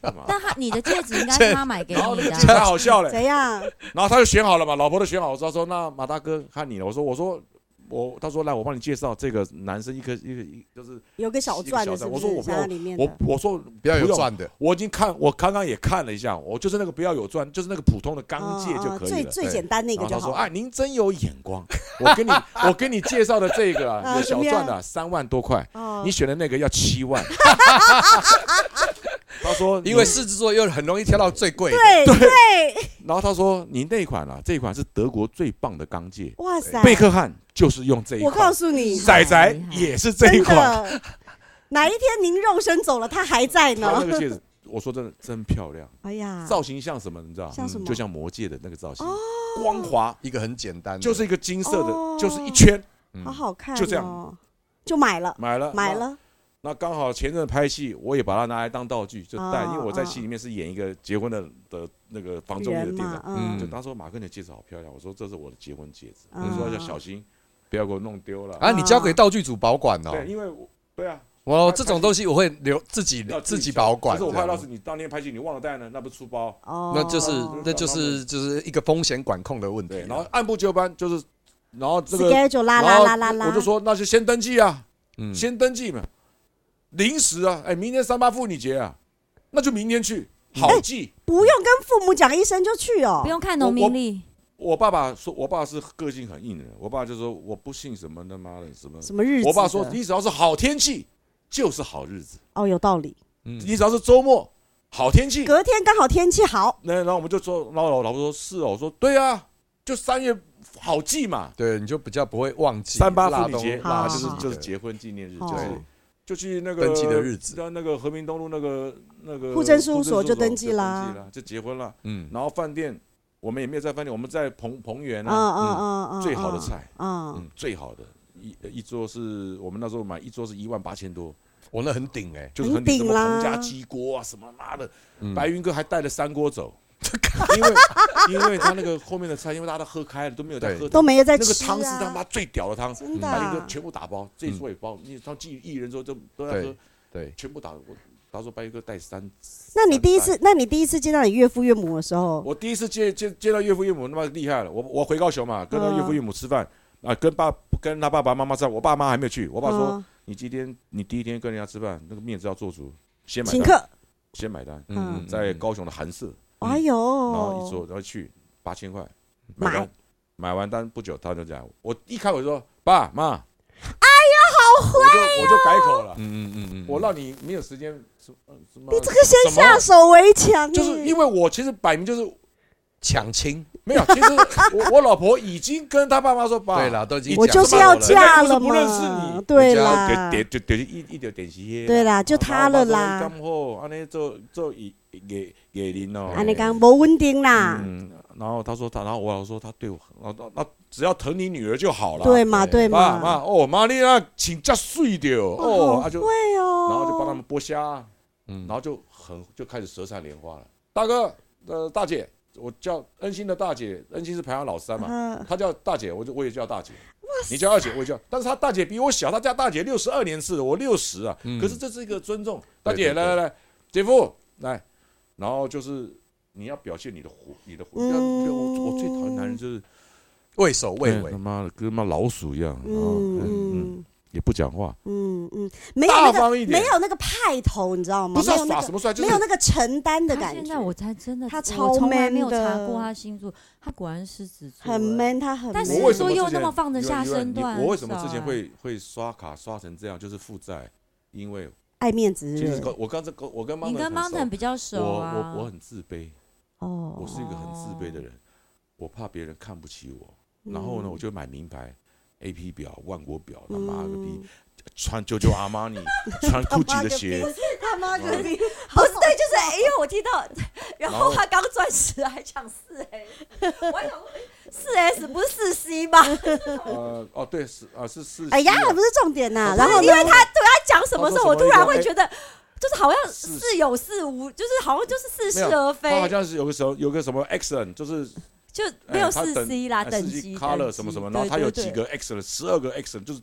干嘛？
但他你的戒指应该 [laughs] 是他买给
然后
你
那个
的
戒指
啊，
还好笑嘞，
怎样？
然后他就选好了嘛，老婆都选好，他说那马大哥看你了，我说我说我，他说来我帮你介绍这个男生一颗一个一就是
有个小钻的，是不
我说我
是？
不要
想要里面
我
的
我说
不要有
不用
钻的，
我已经看我刚刚也看了一下，我就是那个不要有钻，就是那个普通的钢戒就
啊啊
可以
最
了。
最
对
简单那
然
个
后
就
他说：“
好。
哎，您真有眼光，我给你我给你介绍的这个啊
[laughs] 啊
有小
怎么
钻的三万多块，
哦
你选的那个要
[laughs]
七万。”他说：“
因为
你
狮子座又很容易挑到最贵的。
对对，
然后他说你那款啊，这款是德国最棒的钢戒，
哇塞！
贝克汉就是用这一
嗯我告
款，
诉你，
仔仔也是这一
哎真
款。
的，哪一天您肉身走了，他还在
他哦那
呢。 [laughs]
个戒指，我说真的真漂亮，
哎呀，
造型像什么？你知道？嗯
像什么
就像魔戒的那个造型，光滑，
一个很简单的，
就是一个金色
哦
的，就是一圈。
嗯
好好看，
就这
样，就买了，
买了，
买
那。
了。
那刚好前阵拍戏，我也把它拿来当道具，就戴，
哦
因为我在
哦
戏里面是演一个结婚的的那个房仲业的
人
店
嘛
长，，
嗯
就他说马哥你的戒指好漂亮，我说这是我的结婚戒指，
嗯
我说要小心，不要给我弄丢了。
啊，你交给道具组保管哦。
对，因为我对啊，
我这种东西我会留自己
要
自己保管。
可是我
这
怕
样
到是你当天拍戏你忘了带呢，那不出包。
哦，
那就是那
对
就是就是一个风险管控的问题
对，
啊。
然后按部就班，就是然后这个，
schedule 啦
然
啦
后
啊啦啦啦，
我就说那就先登记啊，
嗯
先登记嘛，临时啊，哎，明天三八妇女节啊，那就明天去，好记。
不用跟父母讲一声就去哦，
[laughs] 不用看农民历，
我爸爸说，我爸是个性很硬的人，我爸就说我不信什么他妈的什么。
什么日子的。
我爸说，你只要是好天气，就是好日子；
哦，有道理。
嗯
你只要是周末好天气，
隔天刚好天气好，
那然后我们就说，然后我老婆说是哦，我说对啊，就三月好记嘛，
对，你就比较不会忘记
三八
拉
妇女节
东
好
啊，
拉
就是
西
就是
的
结婚纪念日，
哦
就是就去那个
登记的日子
到那个和平东路那个那个
户政事务所就
户
登
政事务所就登
记啦
啦，就结婚了。
嗯，
然后饭店我们也没有在饭店，我们在彭彭园
嗯
啊，
嗯嗯嗯，
最好的菜，
嗯，
嗯，最好的一一桌是我们那时候买一桌是一万八千多，
我那很顶哎，
就是
很
很顶
顶
什么
啦
彭家鸡锅啊，什么妈的，
嗯
白云哥还带了三
[laughs]
锅走。因为因为他那个后面的菜，因为大家都喝开了，都没有在
对嗯
喝
都没有在
那
吃
个
啊
汤是他妈最屌的汤，
真的
把你
啊
都全部打包，这一桌也包，你他记艺人说都都要
对
喝，
对，
全部打。我他说白玉哥带三，
那你第一
三
次，那你第一次见到你岳父岳母的时候，
我第一次见见见到岳父岳母，他妈厉害了。我我回高雄
嗯
嘛，跟他岳父岳母吃饭啊，跟爸跟他爸爸妈妈在，我爸妈还没有去。我
我
爸说，你今天你第一天跟人家吃饭，那个面子要做足，先买
请
单，
客，
先买单，
嗯
在高雄的韩舍，
嗯
哎
然后一桌
呦，
然后去八千块，
买
单买完单不久他就讲，我一开口就说爸妈，哎呀好坏我就改口了，
嗯嗯嗯嗯，
我让你没有时间什么什么，
你这个先
什么
下手为强，
就是因为我其实摆明就是
抢亲，
没有，其实我我老婆已经跟她爸妈说，爸，
对啦，都已经
我
讲
就是
好
要
了
嫁了
人家又不认识
嘛
你，
对
人家
就
啦，
点啊就点一一点点是，
对啦，就他了
然后
啦
我爸说。你干好，安尼做做艺艺艺人哦，
啊，你讲无稳定啦，
嗯，然后他说他，然后我老说他对我，然后那只要疼你女儿就好了，
对嘛
对
对
爸妈
嘛，
哦，妈你啊，请假睡掉哦，
好
啊就
会哦，
然后就帮他们剥虾，
嗯
然后就很就开始舌灿莲花了。大哥，呃，大姐，我叫恩心的大姐，恩心是排行老三嘛， [laughs]
嗯
她叫大姐，我就我也叫大姐，你叫二姐，我也叫，但是她大姐比我小，她叫大姐六十二年次的，我六十啊
嗯，
可是这是一个尊重。大
对
姐，
对
来来来，姐夫来，然后就是你要表现你的活，你
嗯
的活，不要不要我我最讨厌男人就是
畏首畏
哎
尾
他，妈的跟他妈老鼠一样，啊嗯嗯，
嗯
也不讲话，
嗯嗯，没有
大
那个
方一点
没，有那个派头，你知道
哦
吗？
不是
没有
要
那
耍
个
什么帅，就
没
是
有那个承担的
他
感
现
觉
在，我才真的，
他
我
超
从来
man
没有查
的
过他星座，他果然狮子座，
很
哎
man，他很 man，
但是
我为什
说
么
又
之前
那么放得下身段
你我为什么之
是
前
吧
会会刷卡刷成这样？就是负债，因为
爱面子
其
是不
实
是
跟我刚才跟我跟 Mountain
嗯你跟
很熟
Mountain 比较熟
我
啊，
我我很自卑，
哦，
我是一个很自卑的人，我怕别人看不起我。然后呢，
嗯
我就买名牌，A P 表、万国表，他妈个逼
嗯，
[laughs] 穿九九阿玛尼，穿 GUCCI 的鞋，哦
他他妈隔壁，
不是对，就是哎因为我听到，然后他刚钻石还抢四 S，我还想说四 S 不是四 C 吗？
呃，哦，对，是啊，是是。
哎呀，
是
不是重点呐、
哦
然后呢
因为他对他讲什么时候，我
他说什么哎
突然会觉得。就是好像
是
似有似无，就是好像就是似是
没有
而非
他，好像是有个什么有个什么 action，就是
就
哎
没有
他
四
等
C 啦，
哎
等
四
级
color
等
什么
级
什么，然后
对
它
对
有
对
几个 action，十二个 action 就是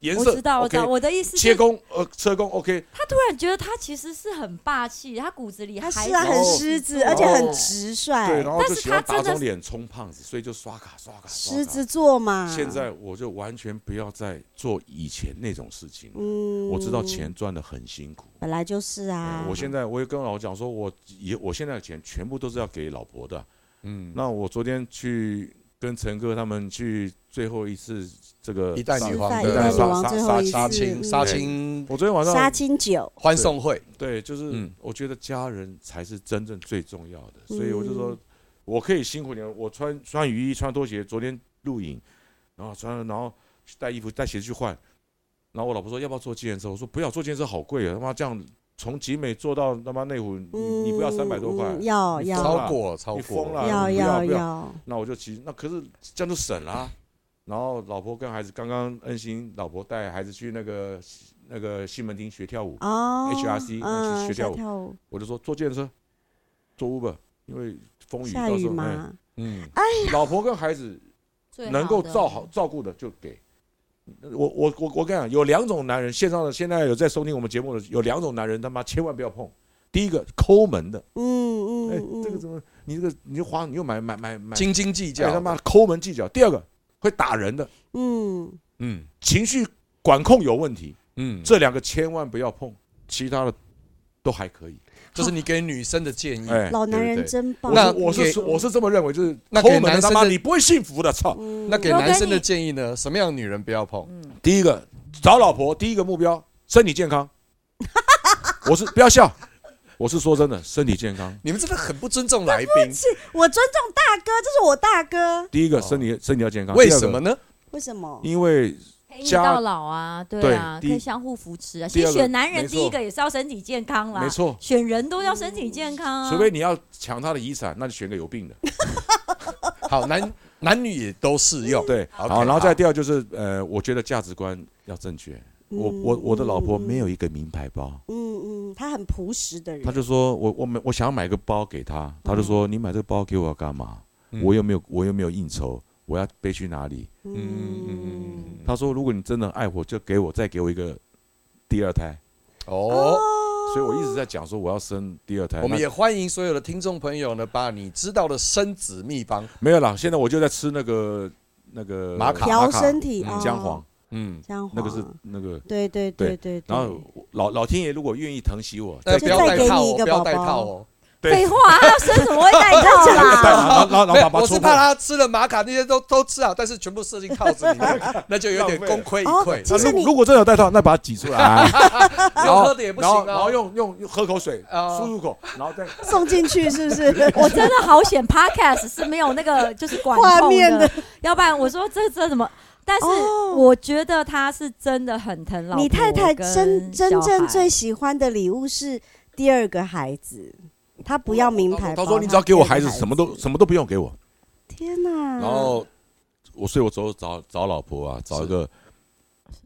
颜
我
色。
知道，我
OK，
知道，我的意思
切
是，
工呃车工 OK，
他突然觉得他其实是很霸气，他骨子里
他
还
是啊，
然
很
后
狮子，
对
而且很直
哦对，
率
然，后就
但是
喜欢
他
打
真的
肿
是
脸充胖子，所以就刷卡刷卡刷卡。
狮子座嘛。
现在我就完全不要再做以前那种事情了。
嗯
我知道钱赚的很辛苦，
本来就是啊
哎。我现在我也跟老婆讲说，我也我现在的钱全部都是要给老婆的。
嗯，
那我昨天去跟陈哥他们去最后一次这个
一代女皇
代
一代
的
女皇
杀
最
杀
后
杀
一
杀
次
青
嗯
杀青
我昨天晚
杀
上
青酒，
欢送会，
对，就是
嗯
我觉得家人才是真正最重要的，所以
嗯
我就说，我可以辛苦点，我穿穿雨衣、穿拖鞋，昨天录影，然后穿，然后去带衣服、带鞋子去换，然后我老婆说要不要坐计程车，我说不要，坐计程车好贵啊，他妈这样从集美坐到他妈内湖，你
嗯，
你不要三百多块，啊
嗯要
你
要
疯
超
了
过超
你疯
过
了，
要
你不要
要
不要
要，
那我就骑，那可是这样就省啦、然后老婆跟孩子，刚刚恩欣老婆带孩子去那个那个西门町学跳舞，
哦
HRC 那
嗯，
啊去学跳舞
跳舞，
我就说坐电车，坐 Uber，因为风雨
下
到时
雨
候，哎，
嘛，
嗯，
老婆跟孩子
最
能够
的
照好照顾的就给。我我我我跟你讲，有两种男人，线上的现在有在收听我们节目的，有两种男人，他妈千万不要碰。第一个抠门的，
嗯
哎，
嗯
这个
嗯，
怎么你这个你就花你又买买买买，
斤斤计
哎
较，
他妈抠门计较。第二个会打人的，
嗯，
嗯
情绪管控有问题，
嗯，这
这两个千万不要碰，其他的都还可以。
这是你给女生的建议。
哎，
老男
对不
人
对
真棒。嗯
那
我是我
给
是我是这么认为，就是
那
抠
给
门的
男
他
生
妈
的
你不会幸福的，操！
嗯
那给
我跟
男生的
你
建议呢？什么样的女人不要碰？
第一个找老婆，第一个目标身体健康。我是不要笑，我是说真的，身体健康。
你们真的很不尊重来宾，
是我尊重大哥，这是我大哥，
第一个
哦
身体身体要健康，
为
第二
什
个
么？呢？
为什么？
因为
陪你
家
到老啊，对
对
啊，可
第一
以相互扶持啊。
第
其实
二个
选男人
没
第一
错
个也是要身体健康啦，
没，错，
选人都要身体健康啊。
嗯
除非你要抢他的遗产，那就选个有
[laughs]
病的。
好，
[laughs]
男男女也都适用。
对，
好
好，然后
好
再第二就是呃，我觉得价值观要正确。我我我的老婆
嗯
没有一个名牌包，
嗯嗯，他很朴实的人，
他就说我我买我想要买个包给他，他
嗯
就说你买这个包给我要干嘛？我又没有我又没有应酬，我要背去哪里？
嗯嗯嗯嗯嗯，
他说如果你真的爱我，就给我再给我一个第二胎。
哦。
所以我一直在讲说我要生第二胎。
我们
哎那
也欢迎所有的听众朋友呢，把你知道的生子秘方，
没有啦，现在我就在吃那个那个
玛卡
调身体，
嗯
哦
姜黄，
嗯，
姜黄，
那个是那个。
对对对对，对
然后我老老天爷如果愿意疼惜我，
但
就
不要
再
戴
给
套
你一
哦，
个
不要
宝
戴
宝
套哦。
对
废话，他要生怎么会戴套
[laughs]
然
啦？
后然后然后
没有
然后把它
我是
戳
怕
破。
他吃了玛卡那些都都吃好，但是全部射进套子里
[laughs]
面，那就有点
浪费了
功亏一 [laughs]
哦，
篑。
其实
如
你
如果真的有带套，那把它挤出来，然
后
后
喝的也不
然后
行啊
然后用用用喝口水
啊
漱漱口，然后再
送进去是 [laughs] 不是？
我真的好险，Podcast 是没有那个就是管
画
控
面的，
要不然我说这这怎么？但是
哦
我觉得他是真的很疼老婆
你太太
跟
真真
小
正
孩
最喜欢的礼物是第二个孩子，她不要名牌包。
他说你只要给我
她
孩
第
子
二个
什么都什么都不用给我，
天哪！
然后我所以，我找找找老婆啊，找一个。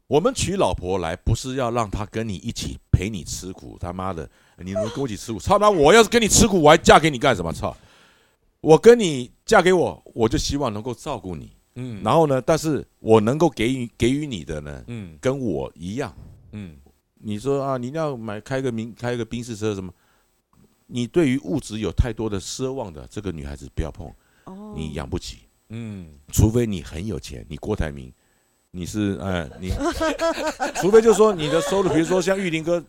我们娶老婆来不是要让她跟你一起陪你吃苦，他妈的，你能跟我一起吃苦？操他妈！我要是跟你吃苦，我还嫁给你干什么？操！我跟你嫁给我，我就希望能够照顾你。
嗯
然后呢，但是我能够给予给予你的呢，
嗯
跟我一样。
嗯，
你说啊，你一定要买开个名开个宾士车什么？你对于物质有太多的奢望的，这个女孩子不要碰，
哦
你养不起。
嗯，
除非你很有钱，你郭台铭，你是哎你，除非就是说你的收入，比如说像玉林哥，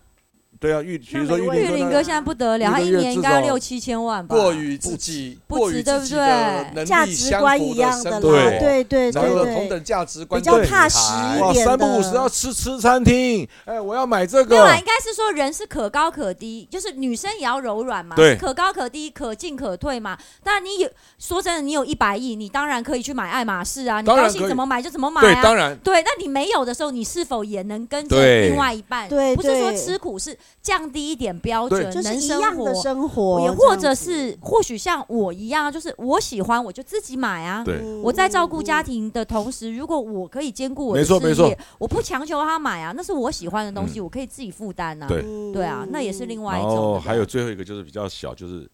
对啊玉，比如说玉
玉
林
林
哥
哥
那，
现在不得了，他一
一个月
年应
至
该
少
要六七千万吧？
过于自己，
不
过于
值
自己的
对不对
能
价
力
值
相
观
符
一样
生
的啦，
活
对
对对对
然后同
对，
等价值观
比较
的女
踏
孩
实一
哇，
点的
三不五时要吃吃餐厅，哎，我要买这
没有啦，
个
应，该是说人是可高可低，就是女生也要柔软嘛，
对
是可高可低，可进可退嘛。当然你有说真的，你有一百亿，你当然可以去买爱马仕啊，你
当然
高
可
兴
以
怎么买就怎么买
对，
啊。
当然
对，那你没有的时候，你是否也能跟着
对
另外一半？
对
不是说
对
吃苦，是降低一点标准
对，
就是
能
一
生
样的
活。
生活，
也或者
这样子
是，或许像我一样，就是我喜欢我就自己买啊。
对，
嗯
我在照顾家庭的同时，如果我可以兼顾我的
没错没
事
错
业，我不强求他买啊，那是我喜欢的东西，我可以自己负担啊。
对
嗯
对啊，那也是另外一
然
种。
哦
对
后
不对
还有最后一个就是比较小，就是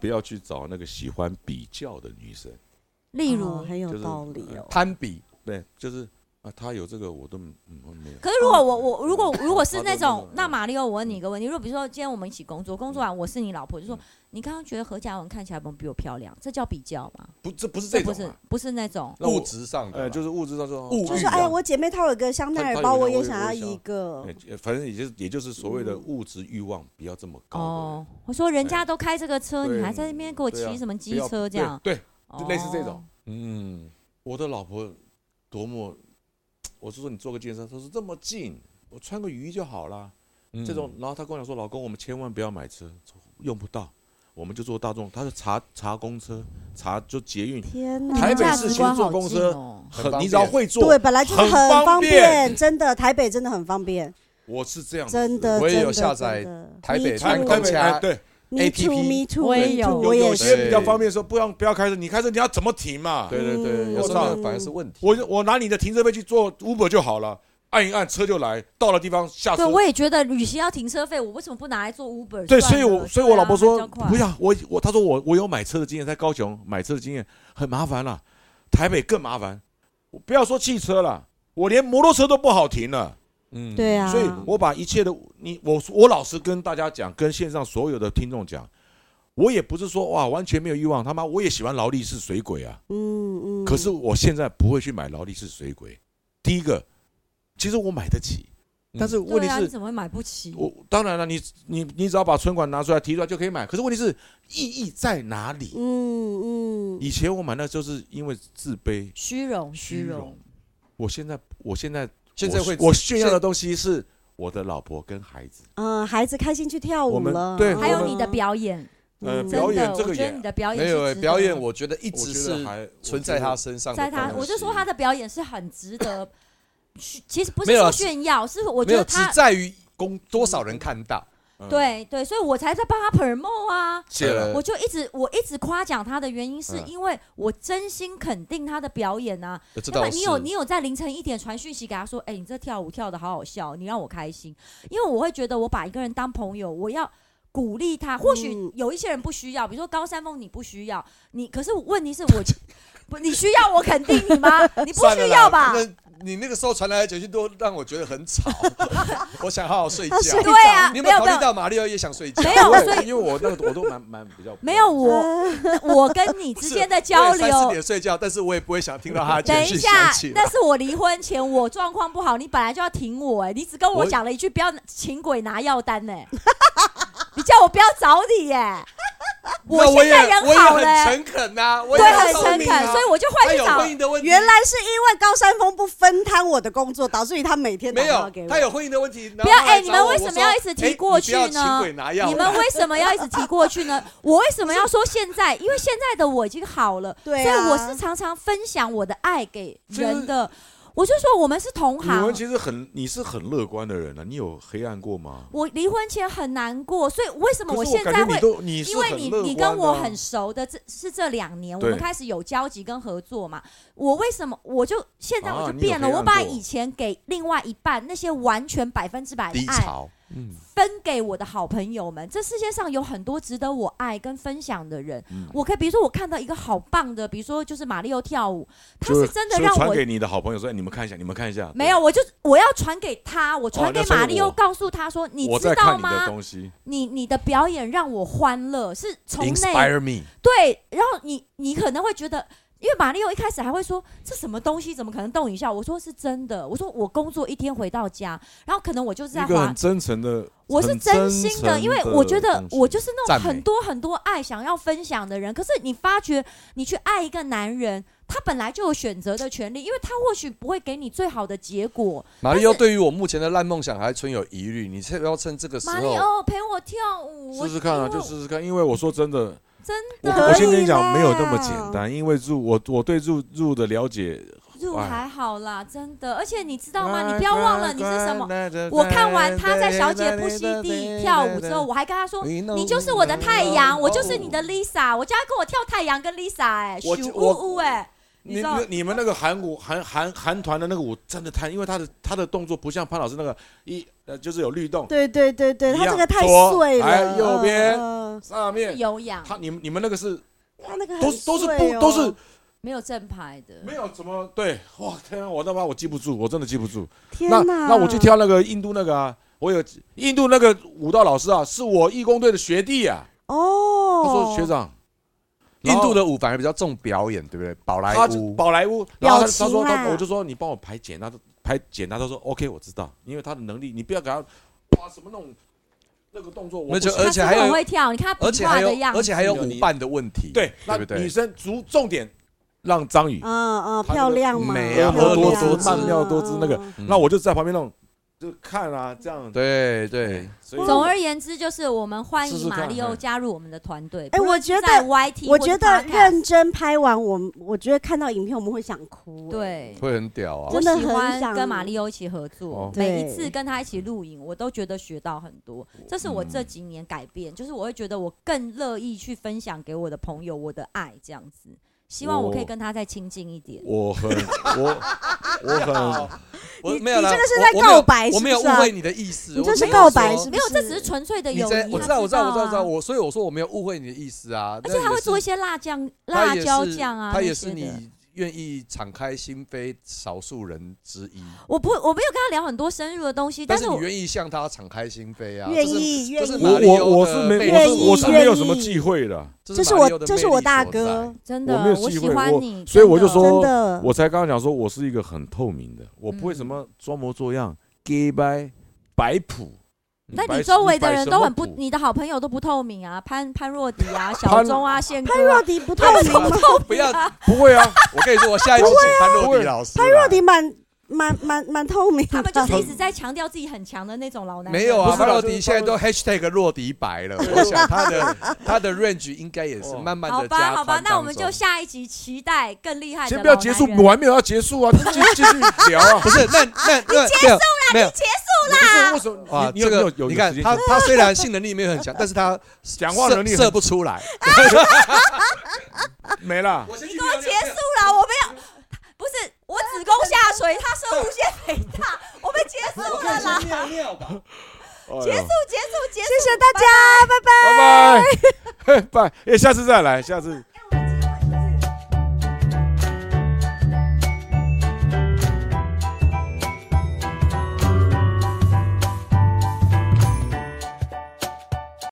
不要去找那个喜欢比较的女生，
例如，
哦很有
就是呃
道理哦。
攀比，
对，就是啊，她有这个我都嗯嗯没有，
可是如果我我如
哦
果如果是那
好的好的
种
好的，
那马里奥，我问你一个问题，如果比如说今天我们一起工作，工作完我是你老婆，就说
嗯
你刚刚觉得何嘉文看起来有没有比我漂亮，这叫比较吗？
不这不是
这
这
不
种
是
啊，
不是那种，
那我
物质上的啦，
呃，就是物质上说
物欲
哦
就是
啊
哎呀，我姐妹她有一个香奈
她
儿
她有
包，
一个
我也
我
想
我
要
也想
一个。
呃反正也就是也就是所谓的
嗯
物质欲望不要这么高的
哦，我说人家都开这个车，
对
你还在那边给我
对啊
骑什么
不
机
要
车这样，
对，对就类似这
哦
种。嗯，我的老婆多么，我是说你做个健身，她说这么近，我穿个雨衣就好啦。
嗯
这种，然后她跟我讲说，老公，我们千万不要买车，用不到，我们就坐大众。她说查查公车，查就捷运，
天
哦你
哪，
们
台北
价
市
值
新
观
坐
好
公
近
车
哦。
很
很
方
你只要
便
会做
对，，本来就是
很
很
方
方
便
便，真的，台北真的很方便，
我是这样子，
真的。
我也
真的
有下载
真的
台北
Me
台
too
台
公
北
车
哎对，
Me
APP
too, me too，
我也
me
有
too，
有
我也
有
是。
些比较方便说，不要不要开车，你开车你要怎么停
啊
嘛？
对对
哦
对，
嗯
有时候
我操
那个反而是问题。
我我拿你的停车费去做 Uber 就好了，按一按车就来，到了地方下
对，
车
我也觉得，与其要停车费，我为什么不拿来做 Uber？
对，
算
所以
了
我所以我老婆
对
说
啊比较快
不要，我我她说我我有买车的经验，在高雄买车的经验很麻烦啦，台北更麻烦，我不要说汽车啦，我连摩托车都不好停了，
嗯，
对啊，
所以我把一切的你我我老实跟大家讲，跟线上所有的听众讲，我也不是说哇完全没有欲望，他妈我也喜欢劳力士水鬼啊，
嗯嗯。
可是我现在不会去买劳力士水鬼，第一个，其实我买得起，但是问
对
题
啊，
是
你怎么会买不起？
我当然了，你你你只要把存款拿出来提出来就可以买。可是问题是意义在哪里？
嗯嗯，
以前我买那就是因为自卑，
虚荣，
虚
虚荣
荣。我现在我现在
现在会
我我炫耀的东西是我的老婆跟孩子。
嗯，孩子开心去跳
我
舞
们
了，
对
还有
我
你的表演，
呃
嗯
真的
表演这个
我觉
也
得你的表演
没有
哎
哎，，表演我觉得一
我
直
觉得
是
还
存在他，身上的
在
东西。
他，我就说他的表演是很值得
[laughs]
去，其实不
没
是
有啊
说炫耀，是我
没
觉
有，啊
得
只
他
在于供多少人看到。
我觉得嗯，
对对，所以我才在帮他 promo 啊。
谢了。
我就一直我一直夸奖他的原因，是
嗯
因为我真心肯定他的表演啊。
我知
那
道
么
是
你有你有在凌晨一点传讯息给他说，哎、你这跳舞跳的好好笑，你让我开心，因为我会觉得我把一个人当朋友，我要鼓励他。或许
嗯
有一些人不需要，比如说高山峰你不需要，你可是问题是我 [laughs] 不你需要我肯定你吗？你不
算了
需
啦
要吧？
那你那个时候传来的简讯都让我觉得很
[laughs]
吵，我想好好睡觉
他。睡
对啊，
你有
没
没有
有
考
没
虑
有
到马里奥也想睡觉？
没有，
我
所以
因为我那个我都蛮蛮比较
没有我我跟你
不
之
是
间的交
我也三四
流。
点睡觉，但是我也不会想听到他的
等
简
一
讯
下
响起，来
那。是我离婚前我状况不好，你本来就要挺我哎、你只跟我
我
讲了一句不要请鬼拿药单呢、你叫我不要找你耶、我
那我
现
也
在人
我也
好了、
很诚恳呐，我也
对，很
告
诚
诉你
恳，
啊
所以我就
他
换去
有婚
找
姻的问题，啊
原来是因为高山峰不分摊我的工作，导致于他每天打
没
电话
有
给，我。
他有婚姻的问题。然后
不要
他来
哎你们
找我
为什么
我说
要一直提
哎你
过去
不要
呢
请鬼拿药啊
你们为什么要一直提过去呢？我为什么要说现在？因为现在的我已经好了，
对
所
啊
以我是常常分享我的爱给
就是
人的。我就说我们是同
你
行，
们其实很你是很乐观的人啊，你有黑暗过吗？
我离婚前很难过，所以为什么
可是
现
感
在
觉你
会？
都你是
因为
很
你
乐
你
观
跟我
的啊
很熟的，这是这两年我
对
们开始有交集跟合作嘛。我为什么我就现在
啊
我就
你有
变了？
培养
我把
过
以前给另外一半那些完全百分之百的
低
爱
潮，嗯，
分给我的好朋友们。这世界上有很多值得我爱跟分享的人，
嗯
我可以比如说我看到一个好棒的，比如说就是马里奥跳舞，他
就是
真的
就是
让
传
我
给你的好朋友说，哎你们看一下，你们看一下，
没有，我就我要传给他，我
哦
传
那
给
所以
马里奥，
我
告诉他说
对，
你
我
知
在看
道
你的
吗？
东西，
你你的表演让我欢乐，是从内
inspire me，
对，然后你你可能会觉得，因为马里奥一开始还会说这什么东西，怎么可能动一下？我说是真的，我说我工作一天回到家，然后可能我就是在
一个
滑
很，真诚的，
我是
很真
心
诚
的，
的，
因为我觉得我就是那
赞
种
美
很多很多爱想要分享的人，可是你发觉你去爱一个男人。他本来就有选择的权利，因为他或许不会给你最好的结果。
马里奥对于我目前的烂梦想还存有疑虑，你趁要趁这个时
马里
候，
奥陪我跳舞，我
试试看
因
啊，
为
就试试看。因为我说真的，
真
我
的。
我先跟你
可以
讲，
啦
没有那么简单。因为入我我对入入的了解，
度
哎
还好啦，真的。而且你知道吗？你不要忘了你是什么。？我看完他在《小姐不熙娣》跳舞之后，，我还跟他说：“你就是我的太阳，我就是你的 Lisa。”我叫他跟我跳太阳跟 Lisa，哎，
我
数
我
呜呜，哎，你
你
知道
你你们那个韩舞韩韩韩团的那个舞真的太，因为他的他的动作不像潘老师那个一呃就是有律动，
对对对对，
一
他
样
这个太
左
碎
哎
了。
右边
嗯嗯
上面
有氧，
他你们你们那个是
他那个
都
很
是都是
碎
不
哦
都是
没有正牌的。
没有怎么对哇天啊，我他妈我记不住，我真的记不住。
天
那
哪！
那我去挑那个印度那个啊，我有印度那个舞蹈老师啊，是我义工队的学弟啊。
哦。
他说学长，
印度
的
的舞反而比较重表演，对不对？宝莱
他
坞，
宝莱坞，然
表
后他他
情
说他
啊
我就说你帮我排简单的排简单，他说 OK 我知道，因为他的能力你不要给他哇什么那种那个动作，我
那就
不
而
他
行啊
是
且还有
很会跳，你看他
而
比
且
划
还
的
有
样子，
而且还有
有你
舞伴的问题，
对，那
对不对
女生重重点让张宇，
嗯嗯，
他那个
漂亮嘛，
美啊
漂亮
婀娜多姿
嗯
曼
妙多姿那个
嗯
嗯
那我就在旁边那种就看啊这样，
对对，
所以
总而言之，就是我们欢
试
迎
试看
马里奥
嗯
加入我们的团队。
哎
不论
我觉得
是在 YT，
我
或
觉
是
得
Podcast
认真拍完，我们我觉得看到影片我们会想哭。
对，
会很屌啊
我！
真的
喜
很
欢
想
跟马里奥一起合作
哦，
每一
对
次跟他一起录影，我都觉得学到很多。这是我
嗯
这几年改变，就是我会觉得我更乐意去分享给我的朋友我的爱，这样子。希望我可以
哦
我
跟他再亲近一点。
我很我我很
我
你
没有
你
啦，
这个是在
我我没有
告白
我没有
是
误
不是啊
会你的意思，
你
我
这是
没有
告白
说
是不
没
是？
有，这只是纯粹的
你
友
在
谊。
我知
他
道，我知道，我知道，我知道，
啊
我所以我说我没有误会你的意思啊。
而且他
那也
会
是
做一些辣酱、
他
辣
也是
椒酱啊，
他也
那
是
些的
你愿意敞开心扉少数人之一。
我不，我没有跟他聊很多深入的东西，但
但
是
是
我
你愿意向他敞开心扉啊，
愿
这是
意愿
这是
意，
哪
我
里
我我是没我
愿
是
意
我是没有什么
愿意
忌讳的。
这
这
是
是
马
我
里奥的
这是
魅力
我大
所
哥，
真
我
的
没有机
喜
会
欢
我
你，
所以我
真
就
的
说
真的
我才刚刚讲说，我是一个很透明的，我不会什么装模作样、gay 掰、摆谱。
那
摆
嗯你周围的
摆
人
什
都
么
很不，
谱
你的好朋友都不透明啊，潘潘若迪啊，小
潘
钟啊，宪哥
潘
啊
若迪不透明吗？
不要，
不
[laughs]
会啊，
我跟你说，我下一次请潘若迪老师来。潘
若迪蛮蛮蛮蛮透明的，
他们就是一直在强调自己很强的那种老男人。
没有
不
啊，
是吧
潘若迪
就是
现在都 hashtag 若迪白了，
对
我想他的他的 range 应该也是慢慢
好
的
吧，好吧，那我们就下一集期待更厉害的。
先不要结束，我还没有要结束啊，继继续聊
[laughs]
啊
不。是那那那结束啦，没有
不是为什么？
哇，
你
啊
你有
这
没有
个
有
你
有
看
时间
他他虽然性能力没有很强，但是他
讲话
射
能力很
射不出来。
没哎了。
你
给我结束了，我没有，不是我子宫下垂，他说无限肥大，我们结束
[laughs]
了啦，
尿尿吧。
结束，
结束，结束，
谢谢大家，拜拜。
[laughs] 拜拜拜，哎，下次再来，下次。